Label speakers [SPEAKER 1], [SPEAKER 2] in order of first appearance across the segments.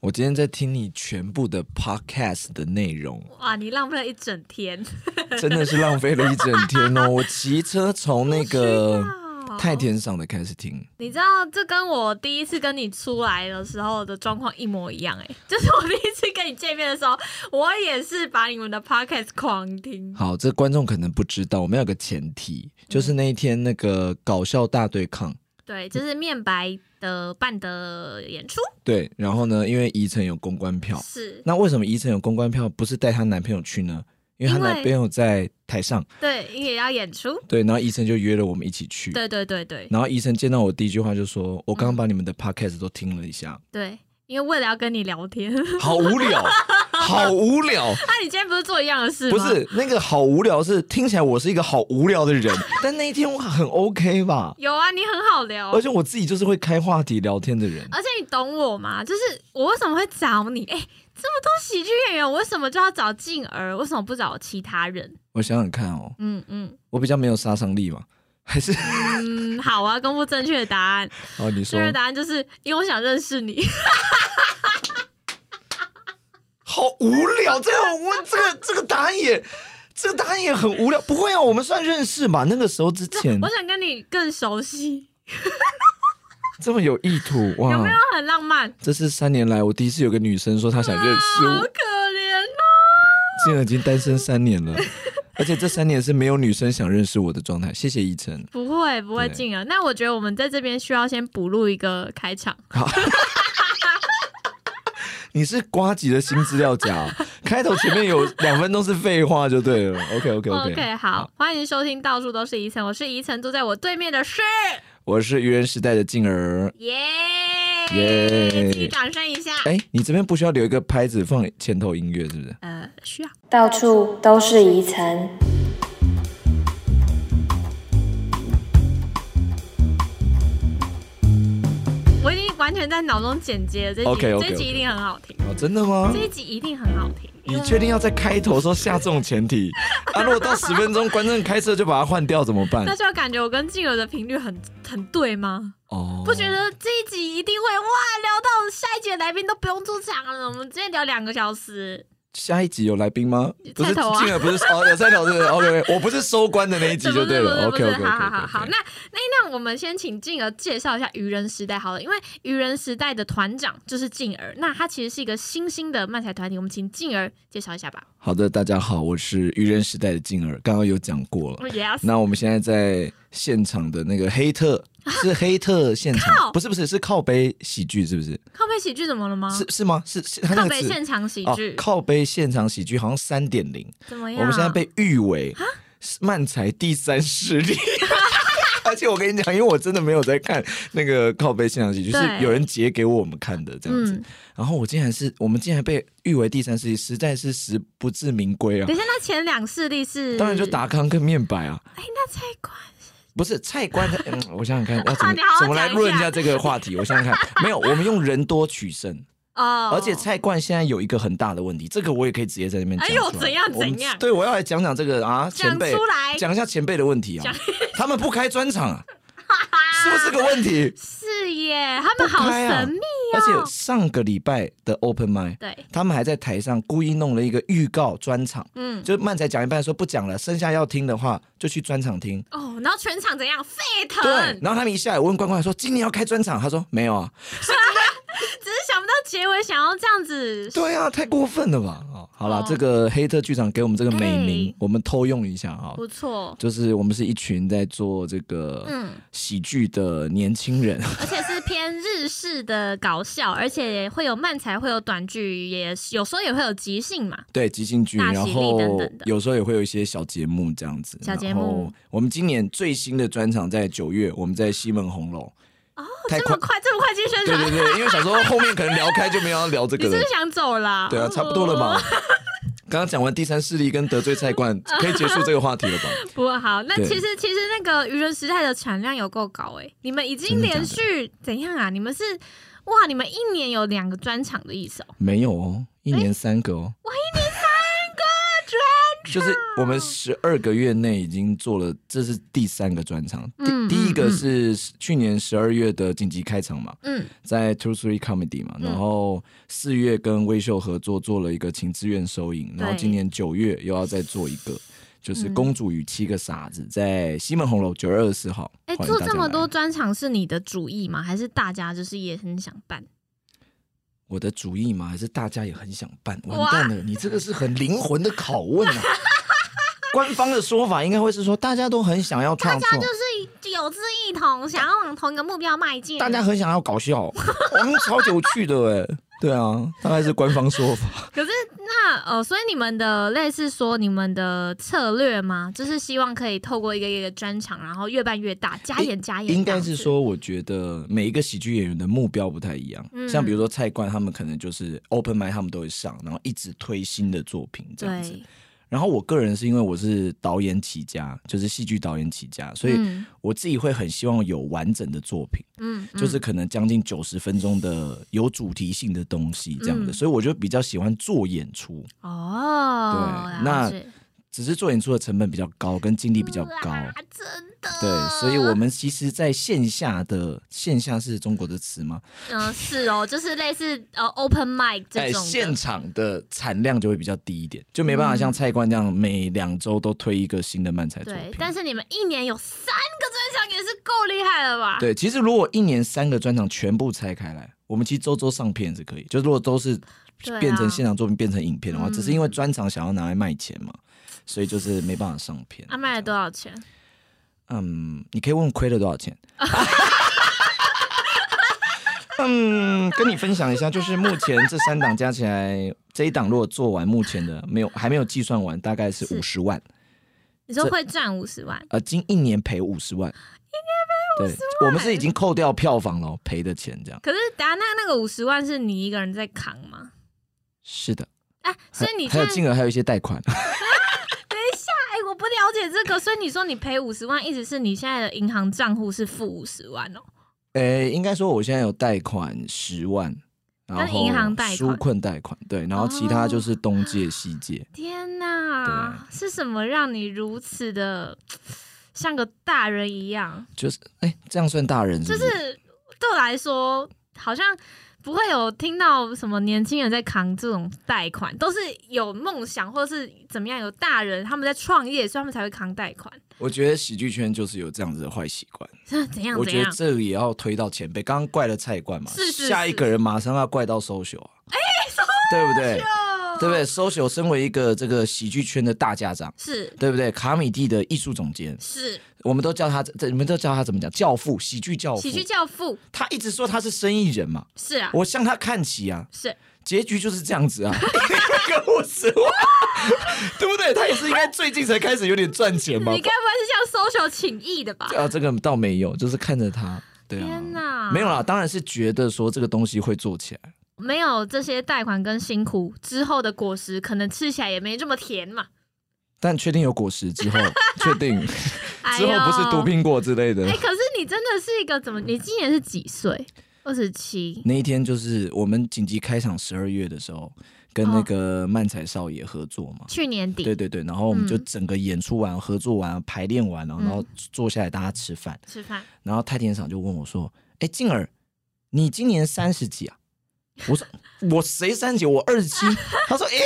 [SPEAKER 1] 我今天在听你全部的 podcast 的内容，
[SPEAKER 2] 哇，你浪费了一整天，
[SPEAKER 1] 真的是浪费了一整天哦。我骑车从那 个
[SPEAKER 2] 哇
[SPEAKER 1] 太田赏的开始听，
[SPEAKER 2] 啊你知道这跟我第一次跟你出来的时候的状况一模一样哎、 就是我第一次跟你见面的时候，我也是把你们的 podcast 狂听。
[SPEAKER 1] 好，这观众可能不知道，我们有个前提，就是那一天那个搞笑大对抗，
[SPEAKER 2] 对，就是面白的办的演出
[SPEAKER 1] 对，然后呢，因为宜城有公关票，
[SPEAKER 2] 是
[SPEAKER 1] 那为什么宜城有公关票不是带她男朋友去呢？因为她
[SPEAKER 2] 因为
[SPEAKER 1] 男朋友在台上，
[SPEAKER 2] 对，也要演出。
[SPEAKER 1] 对，然后宜城就约了我们一起去。
[SPEAKER 2] 对对对对
[SPEAKER 1] 然后医生见到我第一句话就说：“我刚刚把你们的 podcast 都听了一下，
[SPEAKER 2] 对，因为为了要跟你聊天， 那、
[SPEAKER 1] 好无聊，好无聊。
[SPEAKER 2] 你今天不是做一样的事
[SPEAKER 1] 不
[SPEAKER 2] 吗？
[SPEAKER 1] 是那个好无聊是，听起来我是一个好无聊的 人，但那一天我很 OK 吧，
[SPEAKER 2] 有啊，你很好聊，
[SPEAKER 1] 而且我自己就是会开话题聊天的人。
[SPEAKER 2] 而且你懂我吗？就是我为什么会找你？哎、这么多喜剧演员，我为什么就要找静儿？为什么不找其他人？
[SPEAKER 1] 我想想看哦，
[SPEAKER 2] 嗯嗯
[SPEAKER 1] 我比较没有杀伤力嘛，还 是
[SPEAKER 2] 嗯，好啊，公布正确的答案。
[SPEAKER 1] 哦你说
[SPEAKER 2] 正确的答案就是因为我想认识你。
[SPEAKER 1] 好无聊，这个 我这个这个答案也这个答案也很无聊。不会啊，我们算认识吧？那个时候之前
[SPEAKER 2] 我想跟你更熟悉，
[SPEAKER 1] 这么有意图哇！
[SPEAKER 2] 有没有很浪漫？啊
[SPEAKER 1] 这是三年来我第一次有个女生说她想认识
[SPEAKER 2] 好
[SPEAKER 1] 我。
[SPEAKER 2] 可怜哦。
[SPEAKER 1] 竟然已经单身三年了，而且这三年是没有女生想认识我的状态。谢谢依晨，
[SPEAKER 2] 不会不会，
[SPEAKER 1] 对
[SPEAKER 2] 静儿。那我觉得我们在这边需要先补录一个开场。
[SPEAKER 1] 你是瓜吉的新资料夹、开头前面有两分钟是废话就对了。OK OK OK，,
[SPEAKER 2] 好，欢迎收听《到处都是宜城》，我是宜城，坐在我对面的是
[SPEAKER 1] 我是愚人时代的静儿。
[SPEAKER 2] 耶
[SPEAKER 1] 耶
[SPEAKER 2] 自己掌声一下。
[SPEAKER 1] 哎、你这边不需要留一个拍子放前头音乐是不是？
[SPEAKER 2] 呃，需要。
[SPEAKER 3] 到处都是疑尘。
[SPEAKER 2] 我已经完全在脑中剪接了这集
[SPEAKER 1] OK，OK，OK
[SPEAKER 2] 这集一定很好听，
[SPEAKER 1] 哦，真的吗
[SPEAKER 2] 这？一集一定很好听。
[SPEAKER 1] 你确定要在开头说下这种前提？啊，如果到十分钟观众开车就把它换掉怎么办
[SPEAKER 2] 那？就感觉我跟静儿的频率很很对吗？
[SPEAKER 1] 哦，
[SPEAKER 2] 不觉得这一集一定会哇聊到下一集的来宾都不用出场了，我们直接聊两个小时。
[SPEAKER 1] 下一集有来宾吗？不是，
[SPEAKER 2] 菜头啊
[SPEAKER 1] 静儿不是哦，有菜头 对不对？OK，我不是收官的那一集就对了。
[SPEAKER 2] 不
[SPEAKER 1] OK
[SPEAKER 2] 是不
[SPEAKER 1] OK
[SPEAKER 2] 是
[SPEAKER 1] OK，
[SPEAKER 2] 不是好好好好，那那那我们先请静儿介绍一下愚人时代好了，因为愚人时代的团长就是静儿，那她其实是一个新兴的漫才团体，我们请静儿介绍一下吧。
[SPEAKER 1] 好的，大家好，我是愚人时代的静儿，刚刚有讲过了。
[SPEAKER 2] Yes，
[SPEAKER 1] 那我们现在在现场的那个黑特是黑特现场，
[SPEAKER 2] 啊靠
[SPEAKER 1] 不是不是是靠背喜剧，是不是？
[SPEAKER 2] 靠背喜剧怎么了吗？
[SPEAKER 1] 是是吗？是是他那
[SPEAKER 2] 啊靠
[SPEAKER 1] 个
[SPEAKER 2] 北
[SPEAKER 1] 词
[SPEAKER 2] 现场喜
[SPEAKER 1] 哦
[SPEAKER 2] 剧、
[SPEAKER 1] 靠背现场喜剧好像三点零，
[SPEAKER 2] 怎么样？
[SPEAKER 1] 我们现在被誉为漫才第三势力。 而且我跟你讲，因为我真的没有在看那个靠背现场喜剧，就是
[SPEAKER 2] 对
[SPEAKER 1] 有人截给我们看的这样子。
[SPEAKER 2] 嗯
[SPEAKER 1] 然后我竟然是我们竟然被誉为第三势力，实在是实不至名归啊
[SPEAKER 2] 等！一下，那前两势力是
[SPEAKER 1] 当然就达康跟面白啊，
[SPEAKER 2] 哎，那菜馆
[SPEAKER 1] 不是菜官 的。嗯，我想想看，要怎么
[SPEAKER 2] 你好好
[SPEAKER 1] 怎么来
[SPEAKER 2] 讲一
[SPEAKER 1] 论一
[SPEAKER 2] 下
[SPEAKER 1] 下这个话题？我想想看，没有，我们用人多取胜。
[SPEAKER 2] 哦，
[SPEAKER 1] 而且菜冠现在有一个很大的问题，这个我也可以直接在那边讲出来。
[SPEAKER 2] 哎呦怎样
[SPEAKER 1] 我们
[SPEAKER 2] 怎样
[SPEAKER 1] 对，我要来讲讲这个啊，
[SPEAKER 2] 讲
[SPEAKER 1] 前辈
[SPEAKER 2] 出来
[SPEAKER 1] 讲一下前辈的问题啊
[SPEAKER 2] 讲，
[SPEAKER 1] 他们不开专场 啊，是不是个问题？
[SPEAKER 2] 是耶，他们好
[SPEAKER 1] 不开啊
[SPEAKER 2] 神秘
[SPEAKER 1] 而
[SPEAKER 2] 哦
[SPEAKER 1] 且。上个礼拜的 Open m i d
[SPEAKER 2] 对，
[SPEAKER 1] 他们还在台上故意弄了一个预告专场，
[SPEAKER 2] 嗯，
[SPEAKER 1] 就是漫才讲一半说不讲了，剩下要听的话就去专场听。
[SPEAKER 2] 哦，然后全场怎样沸腾？
[SPEAKER 1] 对，然后他们一下来我问关关说今年要开专场，他说没有啊，
[SPEAKER 2] 只是想不到结尾想要这样子。
[SPEAKER 1] 对啊，太过分了吧？哦，好了，
[SPEAKER 2] 哦
[SPEAKER 1] 这个黑特剧场给我们这个美名
[SPEAKER 2] 哎，
[SPEAKER 1] 我们偷用一下啊。
[SPEAKER 2] 不错，
[SPEAKER 1] 就是我们是一群在做这个
[SPEAKER 2] 嗯，
[SPEAKER 1] 喜剧的年轻人，
[SPEAKER 2] 而且是偏日式的搞笑，而且会有漫才，会有短剧，也有时候也会有即兴嘛。
[SPEAKER 1] 对即兴剧，
[SPEAKER 2] 大喜
[SPEAKER 1] 然
[SPEAKER 2] 力
[SPEAKER 1] 后
[SPEAKER 2] 等等的
[SPEAKER 1] 有时候也会有一些小节目这样子。
[SPEAKER 2] 小节
[SPEAKER 1] 然后
[SPEAKER 2] 目
[SPEAKER 1] 我们今年最新的专场在九月，我们在西门红楼。哦，太
[SPEAKER 2] 这么快，这么快进宣
[SPEAKER 1] 对
[SPEAKER 2] 传，
[SPEAKER 1] 对对，因为想说后面可能聊开就没有要聊这
[SPEAKER 2] 你
[SPEAKER 1] 个
[SPEAKER 2] 是不
[SPEAKER 1] 了
[SPEAKER 2] 是，想走啦？
[SPEAKER 1] 对啊，差不多了吧
[SPEAKER 2] 哦？。
[SPEAKER 1] 刚刚讲完第三势力跟得罪菜 冠，可以结束这个话题了吧？
[SPEAKER 2] 不过好，那
[SPEAKER 1] 对
[SPEAKER 2] 其实其实那个愚人时代的产量有够高哎、你们已经
[SPEAKER 1] 真的假的
[SPEAKER 2] 连续怎样啊？你们是哇，你们一年有两个专场的意思哦，
[SPEAKER 1] 哎没有哦，一年三个哦，
[SPEAKER 2] 专
[SPEAKER 1] 就是我们十二个月内已经做了，这是第三个专场。第、
[SPEAKER 2] 嗯
[SPEAKER 1] 第一
[SPEAKER 2] 嗯
[SPEAKER 1] 个
[SPEAKER 2] 嗯
[SPEAKER 1] 是去年十二月的紧急开场嘛，
[SPEAKER 2] 嗯，
[SPEAKER 1] 在 Two Three Comedy 嘛，
[SPEAKER 2] 嗯
[SPEAKER 1] 然后四月跟微秀合作做了一个《情志愿》收影，然后今年九月又要再做一个，就是
[SPEAKER 2] 嗯
[SPEAKER 1] 《公主与七个傻子》在西门红楼九月二十四号。
[SPEAKER 2] 哎、
[SPEAKER 1] 欢迎
[SPEAKER 2] 做
[SPEAKER 1] 大
[SPEAKER 2] 这
[SPEAKER 1] 家
[SPEAKER 2] 么
[SPEAKER 1] 来
[SPEAKER 2] 多，专场是你的主意吗？还是大家就是也很想办？
[SPEAKER 1] 我的主意吗？还是大家也很想办？
[SPEAKER 2] 哇
[SPEAKER 1] 完蛋了，你这个是很灵魂的拷问 啊！官方的说法应该会是说，大家都很想要创作，
[SPEAKER 2] 就是有志一同，想要往同一个目标迈进。
[SPEAKER 1] 大家很想要搞笑，我们超有趣的哎。 对啊，大概是官方说法。
[SPEAKER 2] 可是那呃，所以你们的类似说你们的策略吗？就是希望可以透过一个一个专场，然后越办越大，加演加演。
[SPEAKER 1] 应该是，说，我觉得每一个喜剧演员的目标不太一样。
[SPEAKER 2] 嗯
[SPEAKER 1] 像比如说蔡冠，他们可能就是 open m i d 他们都会上，然后一直推新的作品这样子。
[SPEAKER 2] 对，
[SPEAKER 1] 然后我个人是因为我是导演起家，就是戏剧导演起家，所以
[SPEAKER 2] 嗯
[SPEAKER 1] 我自己会很希望有完整的作品，
[SPEAKER 2] 嗯，嗯
[SPEAKER 1] 就是可能将近九十分钟的有主题性的东西这样的，
[SPEAKER 2] 嗯
[SPEAKER 1] 所以我就比较喜欢做演出，
[SPEAKER 2] 哦，
[SPEAKER 1] 对
[SPEAKER 2] 了
[SPEAKER 1] 那
[SPEAKER 2] 解
[SPEAKER 1] 只是做演出的成本比较高，跟精力比较高。
[SPEAKER 2] 哇真的。
[SPEAKER 1] 对，所以我们其实，在线下的线下是中国的词吗？
[SPEAKER 2] 嗯、是哦，就是类似呃 open mic 这
[SPEAKER 1] 在
[SPEAKER 2] 种的、
[SPEAKER 1] 哎现场的产量就会比较低一点，就没办法像蔡冠这样每两周都推一个新的漫才作
[SPEAKER 2] 嗯对
[SPEAKER 1] 品，。
[SPEAKER 2] 但是你们一年有三个专场也是够厉害了吧？
[SPEAKER 1] 对，其实如果一年三个专场全部拆开来，我们其实周周上片是可以，就是如果都是
[SPEAKER 2] 对啊
[SPEAKER 1] 变成现场作品、变成影片的话，
[SPEAKER 2] 嗯
[SPEAKER 1] 只是因为专场想要拿来卖钱嘛，所以就是没办法上片。
[SPEAKER 2] 啊，卖了多少钱？
[SPEAKER 1] 嗯，你可以问亏了多少钱。 嗯，跟你分享一下，就是目前这三档加起来，这一档如果做完，目前的没有还没有计算完，大概是
[SPEAKER 2] 是
[SPEAKER 1] 五十万。
[SPEAKER 2] 你说会赚五十万？
[SPEAKER 1] 呃，今一年赔五十万，一年赔五十万。
[SPEAKER 2] 啊
[SPEAKER 1] 对，我们是已经扣掉票房了赔的钱，这样。
[SPEAKER 2] 可是等下那那个五十万是你一个人在扛吗？
[SPEAKER 1] 是的。
[SPEAKER 2] 哎、所以你
[SPEAKER 1] 还
[SPEAKER 2] 现
[SPEAKER 1] 有
[SPEAKER 2] 在
[SPEAKER 1] 金额，还有一些贷款。
[SPEAKER 2] 哎、我不了解这个，所以你说你赔五十万，意思是你现在的银行账户是负五十万哦？
[SPEAKER 1] 诶、应该说我现在有贷款十万，然
[SPEAKER 2] 跟
[SPEAKER 1] 后
[SPEAKER 2] 银行贷款哦
[SPEAKER 1] 纾困贷款，对，然后其他就是东借西借。
[SPEAKER 2] 天哪，是什么让你如此的像个大人一样？
[SPEAKER 1] 就是诶、这样算大人是
[SPEAKER 2] 就
[SPEAKER 1] 不
[SPEAKER 2] 是对我来说，好像不会有听到什么年轻人在扛这种贷款，都是有梦想或者是怎么样，有大人他们在创业，所以他们才会扛贷款。
[SPEAKER 1] 我觉得喜剧圈就是有这样子的坏习惯。
[SPEAKER 2] 怎样
[SPEAKER 1] 我
[SPEAKER 2] 怎
[SPEAKER 1] 觉得
[SPEAKER 2] 样？
[SPEAKER 1] 这个也要推到前辈，刚刚怪了蔡冠嘛，
[SPEAKER 2] 是是哎
[SPEAKER 1] 下一个人马上要怪到 social 啊，对不对？对不对？social 身为一个这个喜剧圈的大家长，
[SPEAKER 2] 是
[SPEAKER 1] 对不对？卡米蒂的艺术总监，
[SPEAKER 2] 是
[SPEAKER 1] 我们都叫他，这你们都叫他怎么讲？教父，喜剧教父。
[SPEAKER 2] 喜剧教父
[SPEAKER 1] 他一直说他是生意人嘛，
[SPEAKER 2] 是啊，
[SPEAKER 1] 我向他看齐啊，
[SPEAKER 2] 是
[SPEAKER 1] 结局就是这样子啊， 跟我十万， 对不对？他也是应该最近才开始有点赚钱吧
[SPEAKER 2] 你？该不会是像 social 请益的吧？
[SPEAKER 1] 啊，这个倒没有，就是看着他，对啊，
[SPEAKER 2] 天哪，
[SPEAKER 1] 没有啦，当然是觉得说这个东西会做起来，
[SPEAKER 2] 没有这些贷款跟辛苦之后的果实，可能吃起来也没这么甜嘛。
[SPEAKER 1] 但确定有果实 之后，确定之
[SPEAKER 2] 哎
[SPEAKER 1] 后
[SPEAKER 2] 呦
[SPEAKER 1] 不是毒。苹果之类的
[SPEAKER 2] 哎、。可是你真的是一个怎么？你今年是几岁？二十七。
[SPEAKER 1] 那一天就是我们紧急开场十二月的时候，跟
[SPEAKER 2] 嗯
[SPEAKER 1] 那个漫才少爷合作嘛，
[SPEAKER 2] 去年底
[SPEAKER 1] 对对对，然后我们就
[SPEAKER 2] 嗯
[SPEAKER 1] 整个演出完、合作完、排练完，然后
[SPEAKER 2] 嗯
[SPEAKER 1] 然后坐下来大家吃饭，
[SPEAKER 2] 吃饭，
[SPEAKER 1] 然后太田赏就问我说：“哎，静儿，你今年三十几啊？”我说：“我谁三十几？我二十七。”他说：“哎，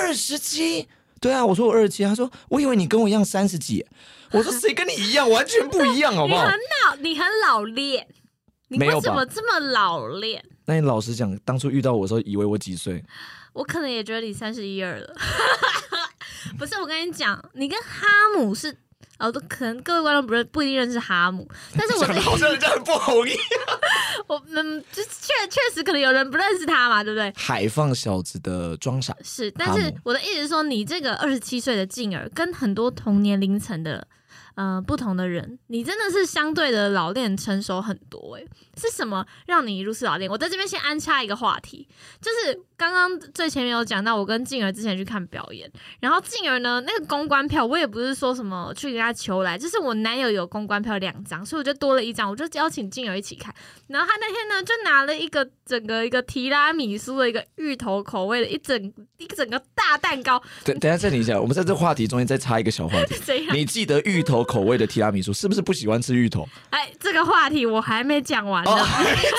[SPEAKER 1] 二十七。”对啊，我说我二十七，他说我以为你跟我一样三十几，我说谁跟你一样，完全不一样，好
[SPEAKER 2] 你
[SPEAKER 1] 不好
[SPEAKER 2] 很？老，你很老练，你
[SPEAKER 1] 没有
[SPEAKER 2] 为
[SPEAKER 1] 吧
[SPEAKER 2] 什么这么老练？
[SPEAKER 1] 那你老实讲，当初遇到我的时候，以为我几岁？
[SPEAKER 2] 我可能也觉得你三十一二了。 不是，我跟你讲，你跟哈姆是，哦，都可能各位观众不认不一定认识哈姆，但是 我
[SPEAKER 1] 讲得好像人家很不好意思。
[SPEAKER 2] 我嗯，就确确实可能有人不认识他嘛，对不对？
[SPEAKER 1] 海放小子的装傻，
[SPEAKER 2] 是，但
[SPEAKER 1] 哈
[SPEAKER 2] 是
[SPEAKER 1] 姆
[SPEAKER 2] 我的意思是说，你这个二十七岁的静儿，跟很多同年龄层的呃不同的人，你真的是相对的老练成熟很多诶、欸是什么让你如此老练？我在这边先安插一个话题，就是刚刚最前面有讲到，我跟静儿之前去看表演，然后进而呢，那个公关票我也不是说什么去给他求来，就是我男友有公关票两张，所以我就多了一张，我就邀请进而一起看。然后他那天呢，就拿了一个整个一个提拉米苏的一个芋头口味的一整一整个大蛋糕，
[SPEAKER 1] 等等一下暂停一下，我们在这话题中间再插一个小话 题。
[SPEAKER 2] 这样。
[SPEAKER 1] 你记得芋头口味的提拉米苏是不是不喜欢吃芋头？
[SPEAKER 2] 哎，这个话题我还没讲完呢。
[SPEAKER 1] 哦，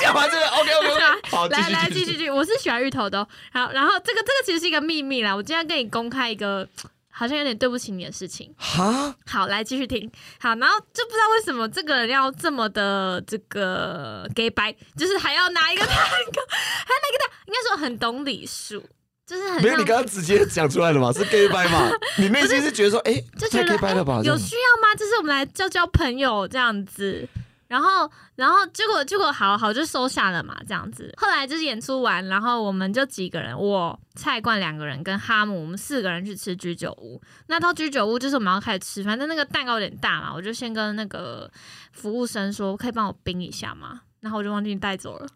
[SPEAKER 1] 讲完这个 OK OK OK，好，
[SPEAKER 2] 啊来来，继
[SPEAKER 1] 继
[SPEAKER 2] 续继续，我是喜欢芋头的、哦。好，然后这个这个其实是一个秘密啦，我今天要跟你公开一个，好像有点对不起你的事情。
[SPEAKER 1] 哈，
[SPEAKER 2] 好，来继续听。好，然后就不知道为什么这个人要这么的这个 gay 白，就是还要拿一个蛋糕，还拿一个蛋，应该说很懂礼数，就是很
[SPEAKER 1] 没有，
[SPEAKER 2] 让
[SPEAKER 1] 你刚刚直接讲出来了嘛，是 gay 掰 嘛？你内心是觉得说，哎，
[SPEAKER 2] 就觉
[SPEAKER 1] 太
[SPEAKER 2] 得
[SPEAKER 1] gay 掰了吧？
[SPEAKER 2] 哎
[SPEAKER 1] 这
[SPEAKER 2] 有
[SPEAKER 1] 样
[SPEAKER 2] 需要吗？就是我们来交交朋友这样子。然后，然后结果结果好好就收下了嘛，这样子。后来就是演出完，然后我们就几个人，我蔡冠两个人跟哈姆，我们四个人去吃居酒屋。那到居酒屋就是我们要开始吃，反正那个蛋糕有点大嘛，我就先跟那个服务生说，可以帮我冰一下吗？然后我就忘记带走了。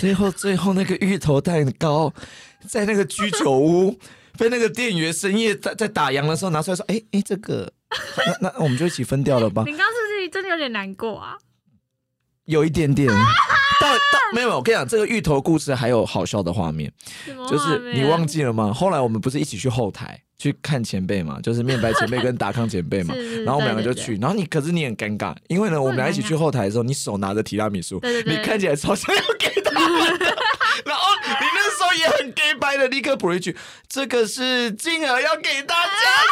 [SPEAKER 1] 最后最后那个芋头蛋糕，在那个居酒屋被那个店员深夜在在打烊的时候拿出来说，哎哎，这个 那那我们就一起分掉了 吧？
[SPEAKER 2] 你刚刚是不是真的有点难过啊？
[SPEAKER 1] 有一点点，到到没有没有，我跟你讲，这个芋头故事还有好笑的画面。
[SPEAKER 2] 什么
[SPEAKER 1] 就是你忘
[SPEAKER 2] 记
[SPEAKER 1] 记了吗？后来我们不是一起去后台去看前辈嘛， 就是面白前辈跟达康前辈嘛。
[SPEAKER 2] 是是
[SPEAKER 1] 然后我们两个就
[SPEAKER 2] 对对对
[SPEAKER 1] 去，然后你可是你很尴尬，因为呢，我们俩一起去后台的时候，你手拿着提拉米苏，
[SPEAKER 2] 对对对
[SPEAKER 1] 你看起来超像要给他们的， 然后你那时候也很 gay 白的，立刻补了一句：“这个是金额要给大 家。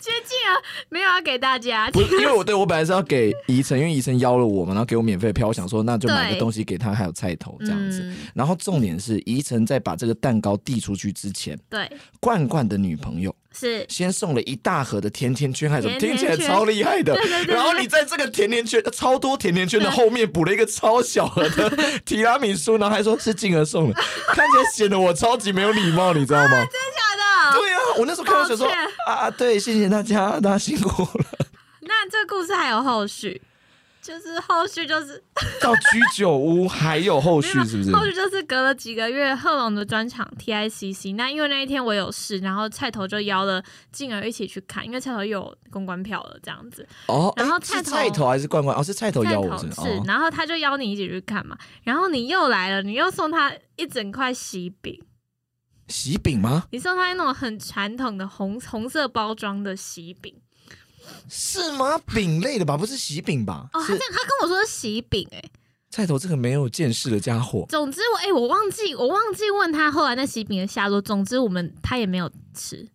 [SPEAKER 2] 接近啊，没有要给大家”。
[SPEAKER 1] 不是，因为我对我本来是要给宜晨，因为宜晨邀了我们，然后给我免费票，我想说那就买个
[SPEAKER 2] 对
[SPEAKER 1] 东西给他，还有菜头这样子。
[SPEAKER 2] 嗯
[SPEAKER 1] 然后重点是，宜晨在把这个蛋糕递出去之前，
[SPEAKER 2] 对，
[SPEAKER 1] 罐罐的女朋友。
[SPEAKER 2] 是
[SPEAKER 1] 先送了一大盒的甜甜圈，还是什么，
[SPEAKER 2] 甜
[SPEAKER 1] 听
[SPEAKER 2] 甜
[SPEAKER 1] 起
[SPEAKER 2] 圈
[SPEAKER 1] 来超厉害的。
[SPEAKER 2] 对对对对
[SPEAKER 1] 然后你在这个甜甜圈超多甜甜圈的后面补了一个超小盒 的提拉米苏，然后还说是静儿送的，看起来显得我超级没有礼貌，你知道 吗？
[SPEAKER 2] 假的。
[SPEAKER 1] 对啊，我那时候看到想说
[SPEAKER 2] 抱歉
[SPEAKER 1] 啊啊，对，谢谢大家，大家辛苦 了。
[SPEAKER 2] 那这个故事还有后续，就是后续就是
[SPEAKER 1] 到居酒屋还有后续
[SPEAKER 2] 没有
[SPEAKER 1] 是不是？
[SPEAKER 2] 后续就是隔了几个月，贺龙的专场 TICC。那因为那一天我有事，然后菜头就邀了静儿一起去看，因为菜头有公关票了这样子。
[SPEAKER 1] 哦，
[SPEAKER 2] 然后
[SPEAKER 1] 哎是
[SPEAKER 2] 菜头
[SPEAKER 1] 菜头还是罐罐？哦，是菜头
[SPEAKER 2] 菜
[SPEAKER 1] 邀
[SPEAKER 2] 头
[SPEAKER 1] 我是不是
[SPEAKER 2] 是
[SPEAKER 1] 哦，
[SPEAKER 2] 然后他就邀你一起去看嘛，然后你又来了，你又送他一整块喜饼，
[SPEAKER 1] 喜饼吗？
[SPEAKER 2] 你送他那种很传统的红红色包装的喜饼。
[SPEAKER 1] 是吗？饼类的吧，不是喜饼吧？
[SPEAKER 2] 哦，他这
[SPEAKER 1] 是
[SPEAKER 2] 样他跟我说是喜饼哎、
[SPEAKER 1] 菜头这个没有见识的家伙。
[SPEAKER 2] 总之我哎、我忘记我忘记问他后来那喜饼的下落。总之我们他也没有吃，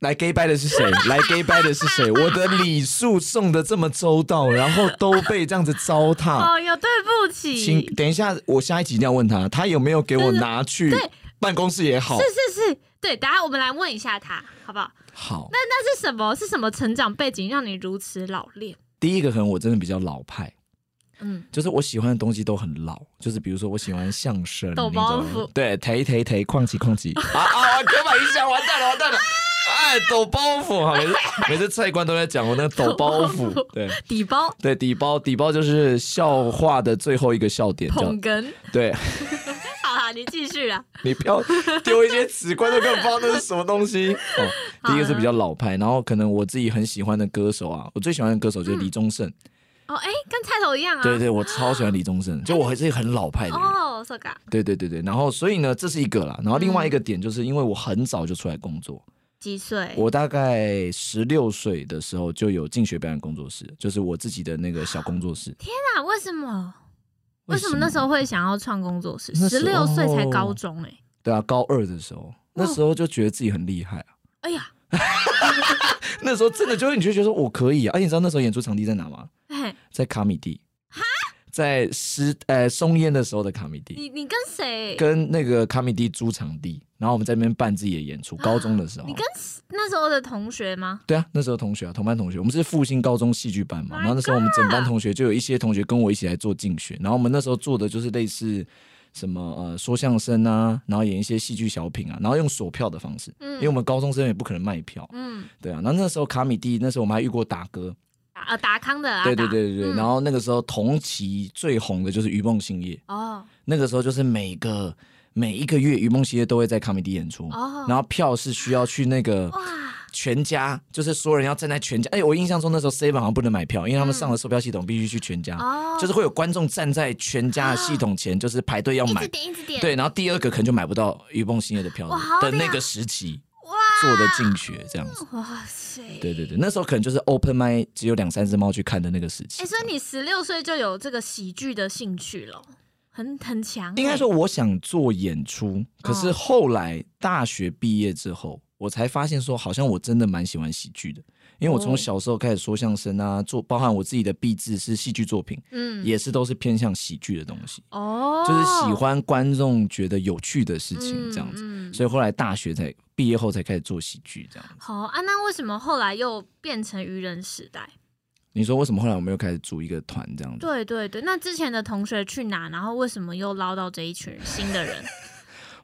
[SPEAKER 1] 来 gay 拜的是 谁？来 gay 拜的是谁？我的礼数送的这么周到，然后都被这样子糟蹋，
[SPEAKER 2] 哦，有对不起，
[SPEAKER 1] 请等一下，我下一集一定要问他，他有没有给我拿去
[SPEAKER 2] 对
[SPEAKER 1] 办公室也好，
[SPEAKER 2] 是是是，对，等下我们来问一下他，好不好？
[SPEAKER 1] 好。
[SPEAKER 2] 那是什么？是什么成长背景让你如此老练？
[SPEAKER 1] 第一个可能我真的比较老派，
[SPEAKER 2] 嗯，
[SPEAKER 1] 就是我喜欢的东西都很老，就是比如说我喜欢相声，
[SPEAKER 2] 抖
[SPEAKER 1] 你知道吗
[SPEAKER 2] 包袱
[SPEAKER 1] 对，抬抬抬，哐起哐起，啊啊，刻板印象，完蛋了，完蛋了。哎，抖包袱哈，每次每次菜官都在讲我那个抖包
[SPEAKER 2] 抖包
[SPEAKER 1] 袱
[SPEAKER 2] 袱，
[SPEAKER 1] 对
[SPEAKER 2] 底包
[SPEAKER 1] 对，底包底包就是笑话的最后一个笑点，这样
[SPEAKER 2] 捧哏，
[SPEAKER 1] 对
[SPEAKER 2] 好啦，你继续啊啦。
[SPEAKER 1] 你不要丢一些词，观众根本不知道那是什么东西。 哦，第一个
[SPEAKER 2] 啊
[SPEAKER 1] 是比较老派，然后可能我自己很喜欢的歌手啊，我最喜欢的歌手就是李宗盛。
[SPEAKER 2] 哦，哎、跟菜头一样啊。
[SPEAKER 1] 对对，我超喜欢李宗盛，就我还是一个很老派的人。
[SPEAKER 2] 哦，是嘎，
[SPEAKER 1] 对对对对，然后所以呢，这是一个啦。然后另
[SPEAKER 2] 嗯
[SPEAKER 1] 外一个点就是，因为我很早就出来工作，
[SPEAKER 2] 几岁？
[SPEAKER 1] 我大概十六岁的时候就有进学表演工作室，就是我自己的那个小工作室。
[SPEAKER 2] 那啊为什么？为
[SPEAKER 1] 为
[SPEAKER 2] 什么
[SPEAKER 1] 什么
[SPEAKER 2] 那时候会想要创工作室？
[SPEAKER 1] 那
[SPEAKER 2] 十
[SPEAKER 1] 时
[SPEAKER 2] 六
[SPEAKER 1] 候
[SPEAKER 2] 岁才高中哎、
[SPEAKER 1] 对啊，高二的时候，那
[SPEAKER 2] 哦
[SPEAKER 1] 时候就觉得自己很厉害啊。
[SPEAKER 2] 哎呀，
[SPEAKER 1] 那时候真的就会你就觉得说我可以啊，而且你知道那时候演出场地在哪吗？
[SPEAKER 2] 哎，
[SPEAKER 1] 在卡米蒂，在师呃松烟的时候的卡米蒂，
[SPEAKER 2] 你你跟谁？
[SPEAKER 1] 跟那个卡米蒂租场地，然后我们在那边办自己的演出。高中的时候
[SPEAKER 2] 啊你，跟那时候的同学吗？
[SPEAKER 1] 对啊，那时候同学啊，同班同学，我们是复兴高中戏剧班嘛，
[SPEAKER 2] My
[SPEAKER 1] 然后那时候我们整班同学就有一些同学跟我一起来做竞选，然后我们那时候做的就是类似。什么呃说相声啊，然后演一些戏剧小品啊，然后用锁票的方式，
[SPEAKER 2] 嗯
[SPEAKER 1] 因为我们高中生也不可能卖票，
[SPEAKER 2] 嗯
[SPEAKER 1] 对啊。然后那时候卡米蒂，那时候我们还遇过达哥，
[SPEAKER 2] 啊达康的啊，
[SPEAKER 1] 对对
[SPEAKER 2] 达
[SPEAKER 1] 对对对。
[SPEAKER 2] 嗯
[SPEAKER 1] 然后那个时候同期最红的就是于梦星夜，
[SPEAKER 2] 哦
[SPEAKER 1] 那个时候就是每个每一个月于梦星夜都会在卡米蒂演出，
[SPEAKER 2] 哦
[SPEAKER 1] 然后票是需要去那个
[SPEAKER 2] 哇
[SPEAKER 1] 全家，就是所有人要站在全家。哎、我印象中那时候 Seven 好像不能买票，因为他们上了售票系统，必须去全家，
[SPEAKER 2] 哦，啊
[SPEAKER 1] 就是会有观众站在全家的系统前，就是排队要
[SPEAKER 2] 一直
[SPEAKER 1] 买。
[SPEAKER 2] 点一直点，
[SPEAKER 1] 对，然后第二个可能就买不到于梦星夜的票
[SPEAKER 2] 哇好屌
[SPEAKER 1] 的那个时期
[SPEAKER 2] 哇
[SPEAKER 1] 做的进学这样子。
[SPEAKER 2] 哇塞，
[SPEAKER 1] 对对对，那时候可能就是 open m i 只有两三只猫去看的那个时期。
[SPEAKER 2] 哎、所以你十六岁就有这个喜剧的兴趣了，很很强欸、
[SPEAKER 1] 应该说我想做演出，可是
[SPEAKER 2] 嗯
[SPEAKER 1] 后来大学毕业之后，我才发现说，好像我真的蛮喜欢喜剧的，因为我
[SPEAKER 2] 哦
[SPEAKER 1] 从小时候开始说相声啊，做包含我自己的壁纸是戏剧作品，
[SPEAKER 2] 嗯
[SPEAKER 1] 也是都是偏向喜剧的东西，
[SPEAKER 2] 哦，
[SPEAKER 1] 就是喜欢观众觉得有趣的事情这样子，
[SPEAKER 2] 嗯嗯
[SPEAKER 1] 所以后来大学才毕业后才开始做喜剧这样子。
[SPEAKER 2] 好啊，那为什么后来又变成愚人时代？
[SPEAKER 1] 你说为什么后来我们又开始组一个团这样子？
[SPEAKER 2] 对对对，那之前的同学去哪？然后为什么又捞到这一群新的人？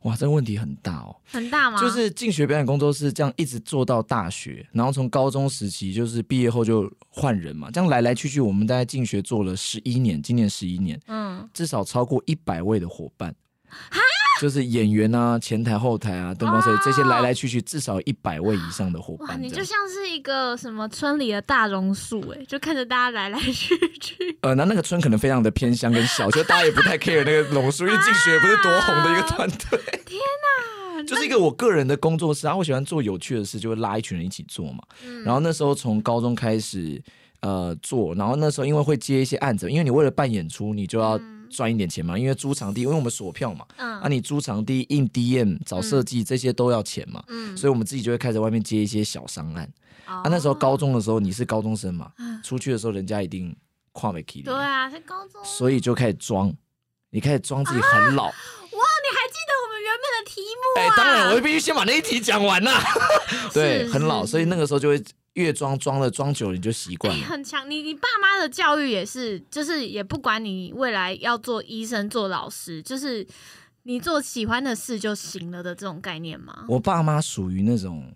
[SPEAKER 1] 哇，这个问题很大哦。
[SPEAKER 2] 很大吗？
[SPEAKER 1] 就是进学表演工作室这样一直做到大学，然后从高中时期就是毕业后就换人嘛，这样来来去去，我们大概进学做了十一年，今年十一年，
[SPEAKER 2] 嗯，
[SPEAKER 1] 至少超过一百位的伙伴，就是演员啊、前台、后台啊、灯光设计这些来来去去，至少一百位以上的伙
[SPEAKER 2] 哇，
[SPEAKER 1] 伴
[SPEAKER 2] 你
[SPEAKER 1] 这
[SPEAKER 2] 就
[SPEAKER 1] 样。
[SPEAKER 2] 像是一个什么村里的大榕树哎，就看着大家来来去去。
[SPEAKER 1] 呃，那那个村可能非常的偏乡跟小，就大家也不太 care 那个榕树，因为进学不是多红的一个团 队，
[SPEAKER 2] 啊
[SPEAKER 1] 就是一个我个人的工作室啊，我喜欢做有趣的事，就会拉一群人一起做嘛。
[SPEAKER 2] 嗯
[SPEAKER 1] 然后那时候从高中开始呃做，然后那时候因为会接一些案子，因为你为了办演出，你就要赚一点钱嘛，因为租场地，因为我们锁票嘛，
[SPEAKER 2] 嗯
[SPEAKER 1] 啊，你租场地、印 DM、找设计、这些都要钱嘛。
[SPEAKER 2] 嗯，
[SPEAKER 1] 所以我们自己就会开始外面接一些小商案、
[SPEAKER 2] 啊
[SPEAKER 1] 啊。那时候高中的时候，你是高中生嘛，出去的时候人家一定跨美 K
[SPEAKER 2] 对啊，是高中。
[SPEAKER 1] 所以就开始装，你开始装自己很老。
[SPEAKER 2] 哇，你还记得我们原本的题目
[SPEAKER 1] 哎、
[SPEAKER 2] 啊？
[SPEAKER 1] 当然，我必须先把那一题讲完啦。 对，
[SPEAKER 2] 是
[SPEAKER 1] 很老，
[SPEAKER 2] 是
[SPEAKER 1] 所以那个时候就会越装装了，装久了你就习惯
[SPEAKER 2] 哎
[SPEAKER 1] 了。
[SPEAKER 2] 很强。你你爸妈的教育也是，就是也不管你未来要做医生、做老师，就是你做喜欢的事就行了的这种概念吗？
[SPEAKER 1] 我爸妈属于那种，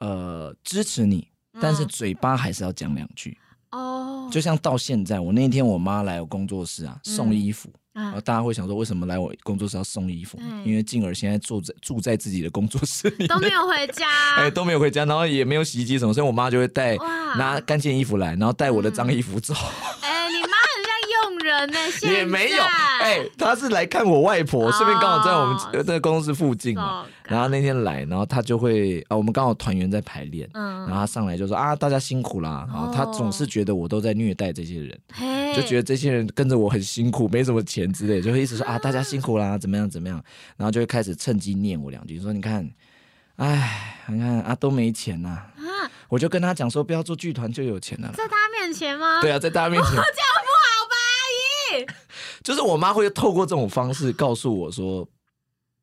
[SPEAKER 1] 呃，支持你，
[SPEAKER 2] 嗯
[SPEAKER 1] 但是嘴巴还是要讲两句。
[SPEAKER 2] 哦，
[SPEAKER 1] 就像到现在，我那一天我妈来我工作室啊，
[SPEAKER 2] 嗯
[SPEAKER 1] 送衣服，然后
[SPEAKER 2] 啊，
[SPEAKER 1] 大家会想说，为什么来我工作室要送衣服？
[SPEAKER 2] 对
[SPEAKER 1] 因为静儿现在住在住在自己的工作室里面，
[SPEAKER 2] 哎都没有啊回家。
[SPEAKER 1] 哎，都没有回家，然后也没有洗衣机什么，所以我妈就会带
[SPEAKER 2] 哇
[SPEAKER 1] 拿干净衣服来，然后带我的
[SPEAKER 2] 嗯
[SPEAKER 1] 脏衣服 走，
[SPEAKER 2] 哎，你妈很像佣人呢、现在
[SPEAKER 1] 也没有，哎，她是来看我外婆，顺便刚好在我们
[SPEAKER 2] 哦
[SPEAKER 1] 呃这个工作室附近嘛，
[SPEAKER 2] 糟糕
[SPEAKER 1] 然后那天来，然后她就会啊，我们刚好团员在排练，然后
[SPEAKER 2] 嗯，
[SPEAKER 1] 他上来就说啊，大家辛苦啦。然后他
[SPEAKER 2] 哦
[SPEAKER 1] 总是觉得我都在虐待这些人，
[SPEAKER 2] 嘿，
[SPEAKER 1] 就觉得这些人跟着我很辛苦，没什么钱之类，就会一直说啊，大家辛苦啦，怎么样怎么样，然后就会开始趁机念我两句，说你看，哎，你看啊，都没钱呐、
[SPEAKER 2] 啊，
[SPEAKER 1] 我就跟他讲说，不要做剧团就有钱了啦。
[SPEAKER 2] 在他面前吗？
[SPEAKER 1] 对啊，在大家面前，
[SPEAKER 2] 这样不好吧，
[SPEAKER 1] 就是我妈会透过这种方式告诉我说，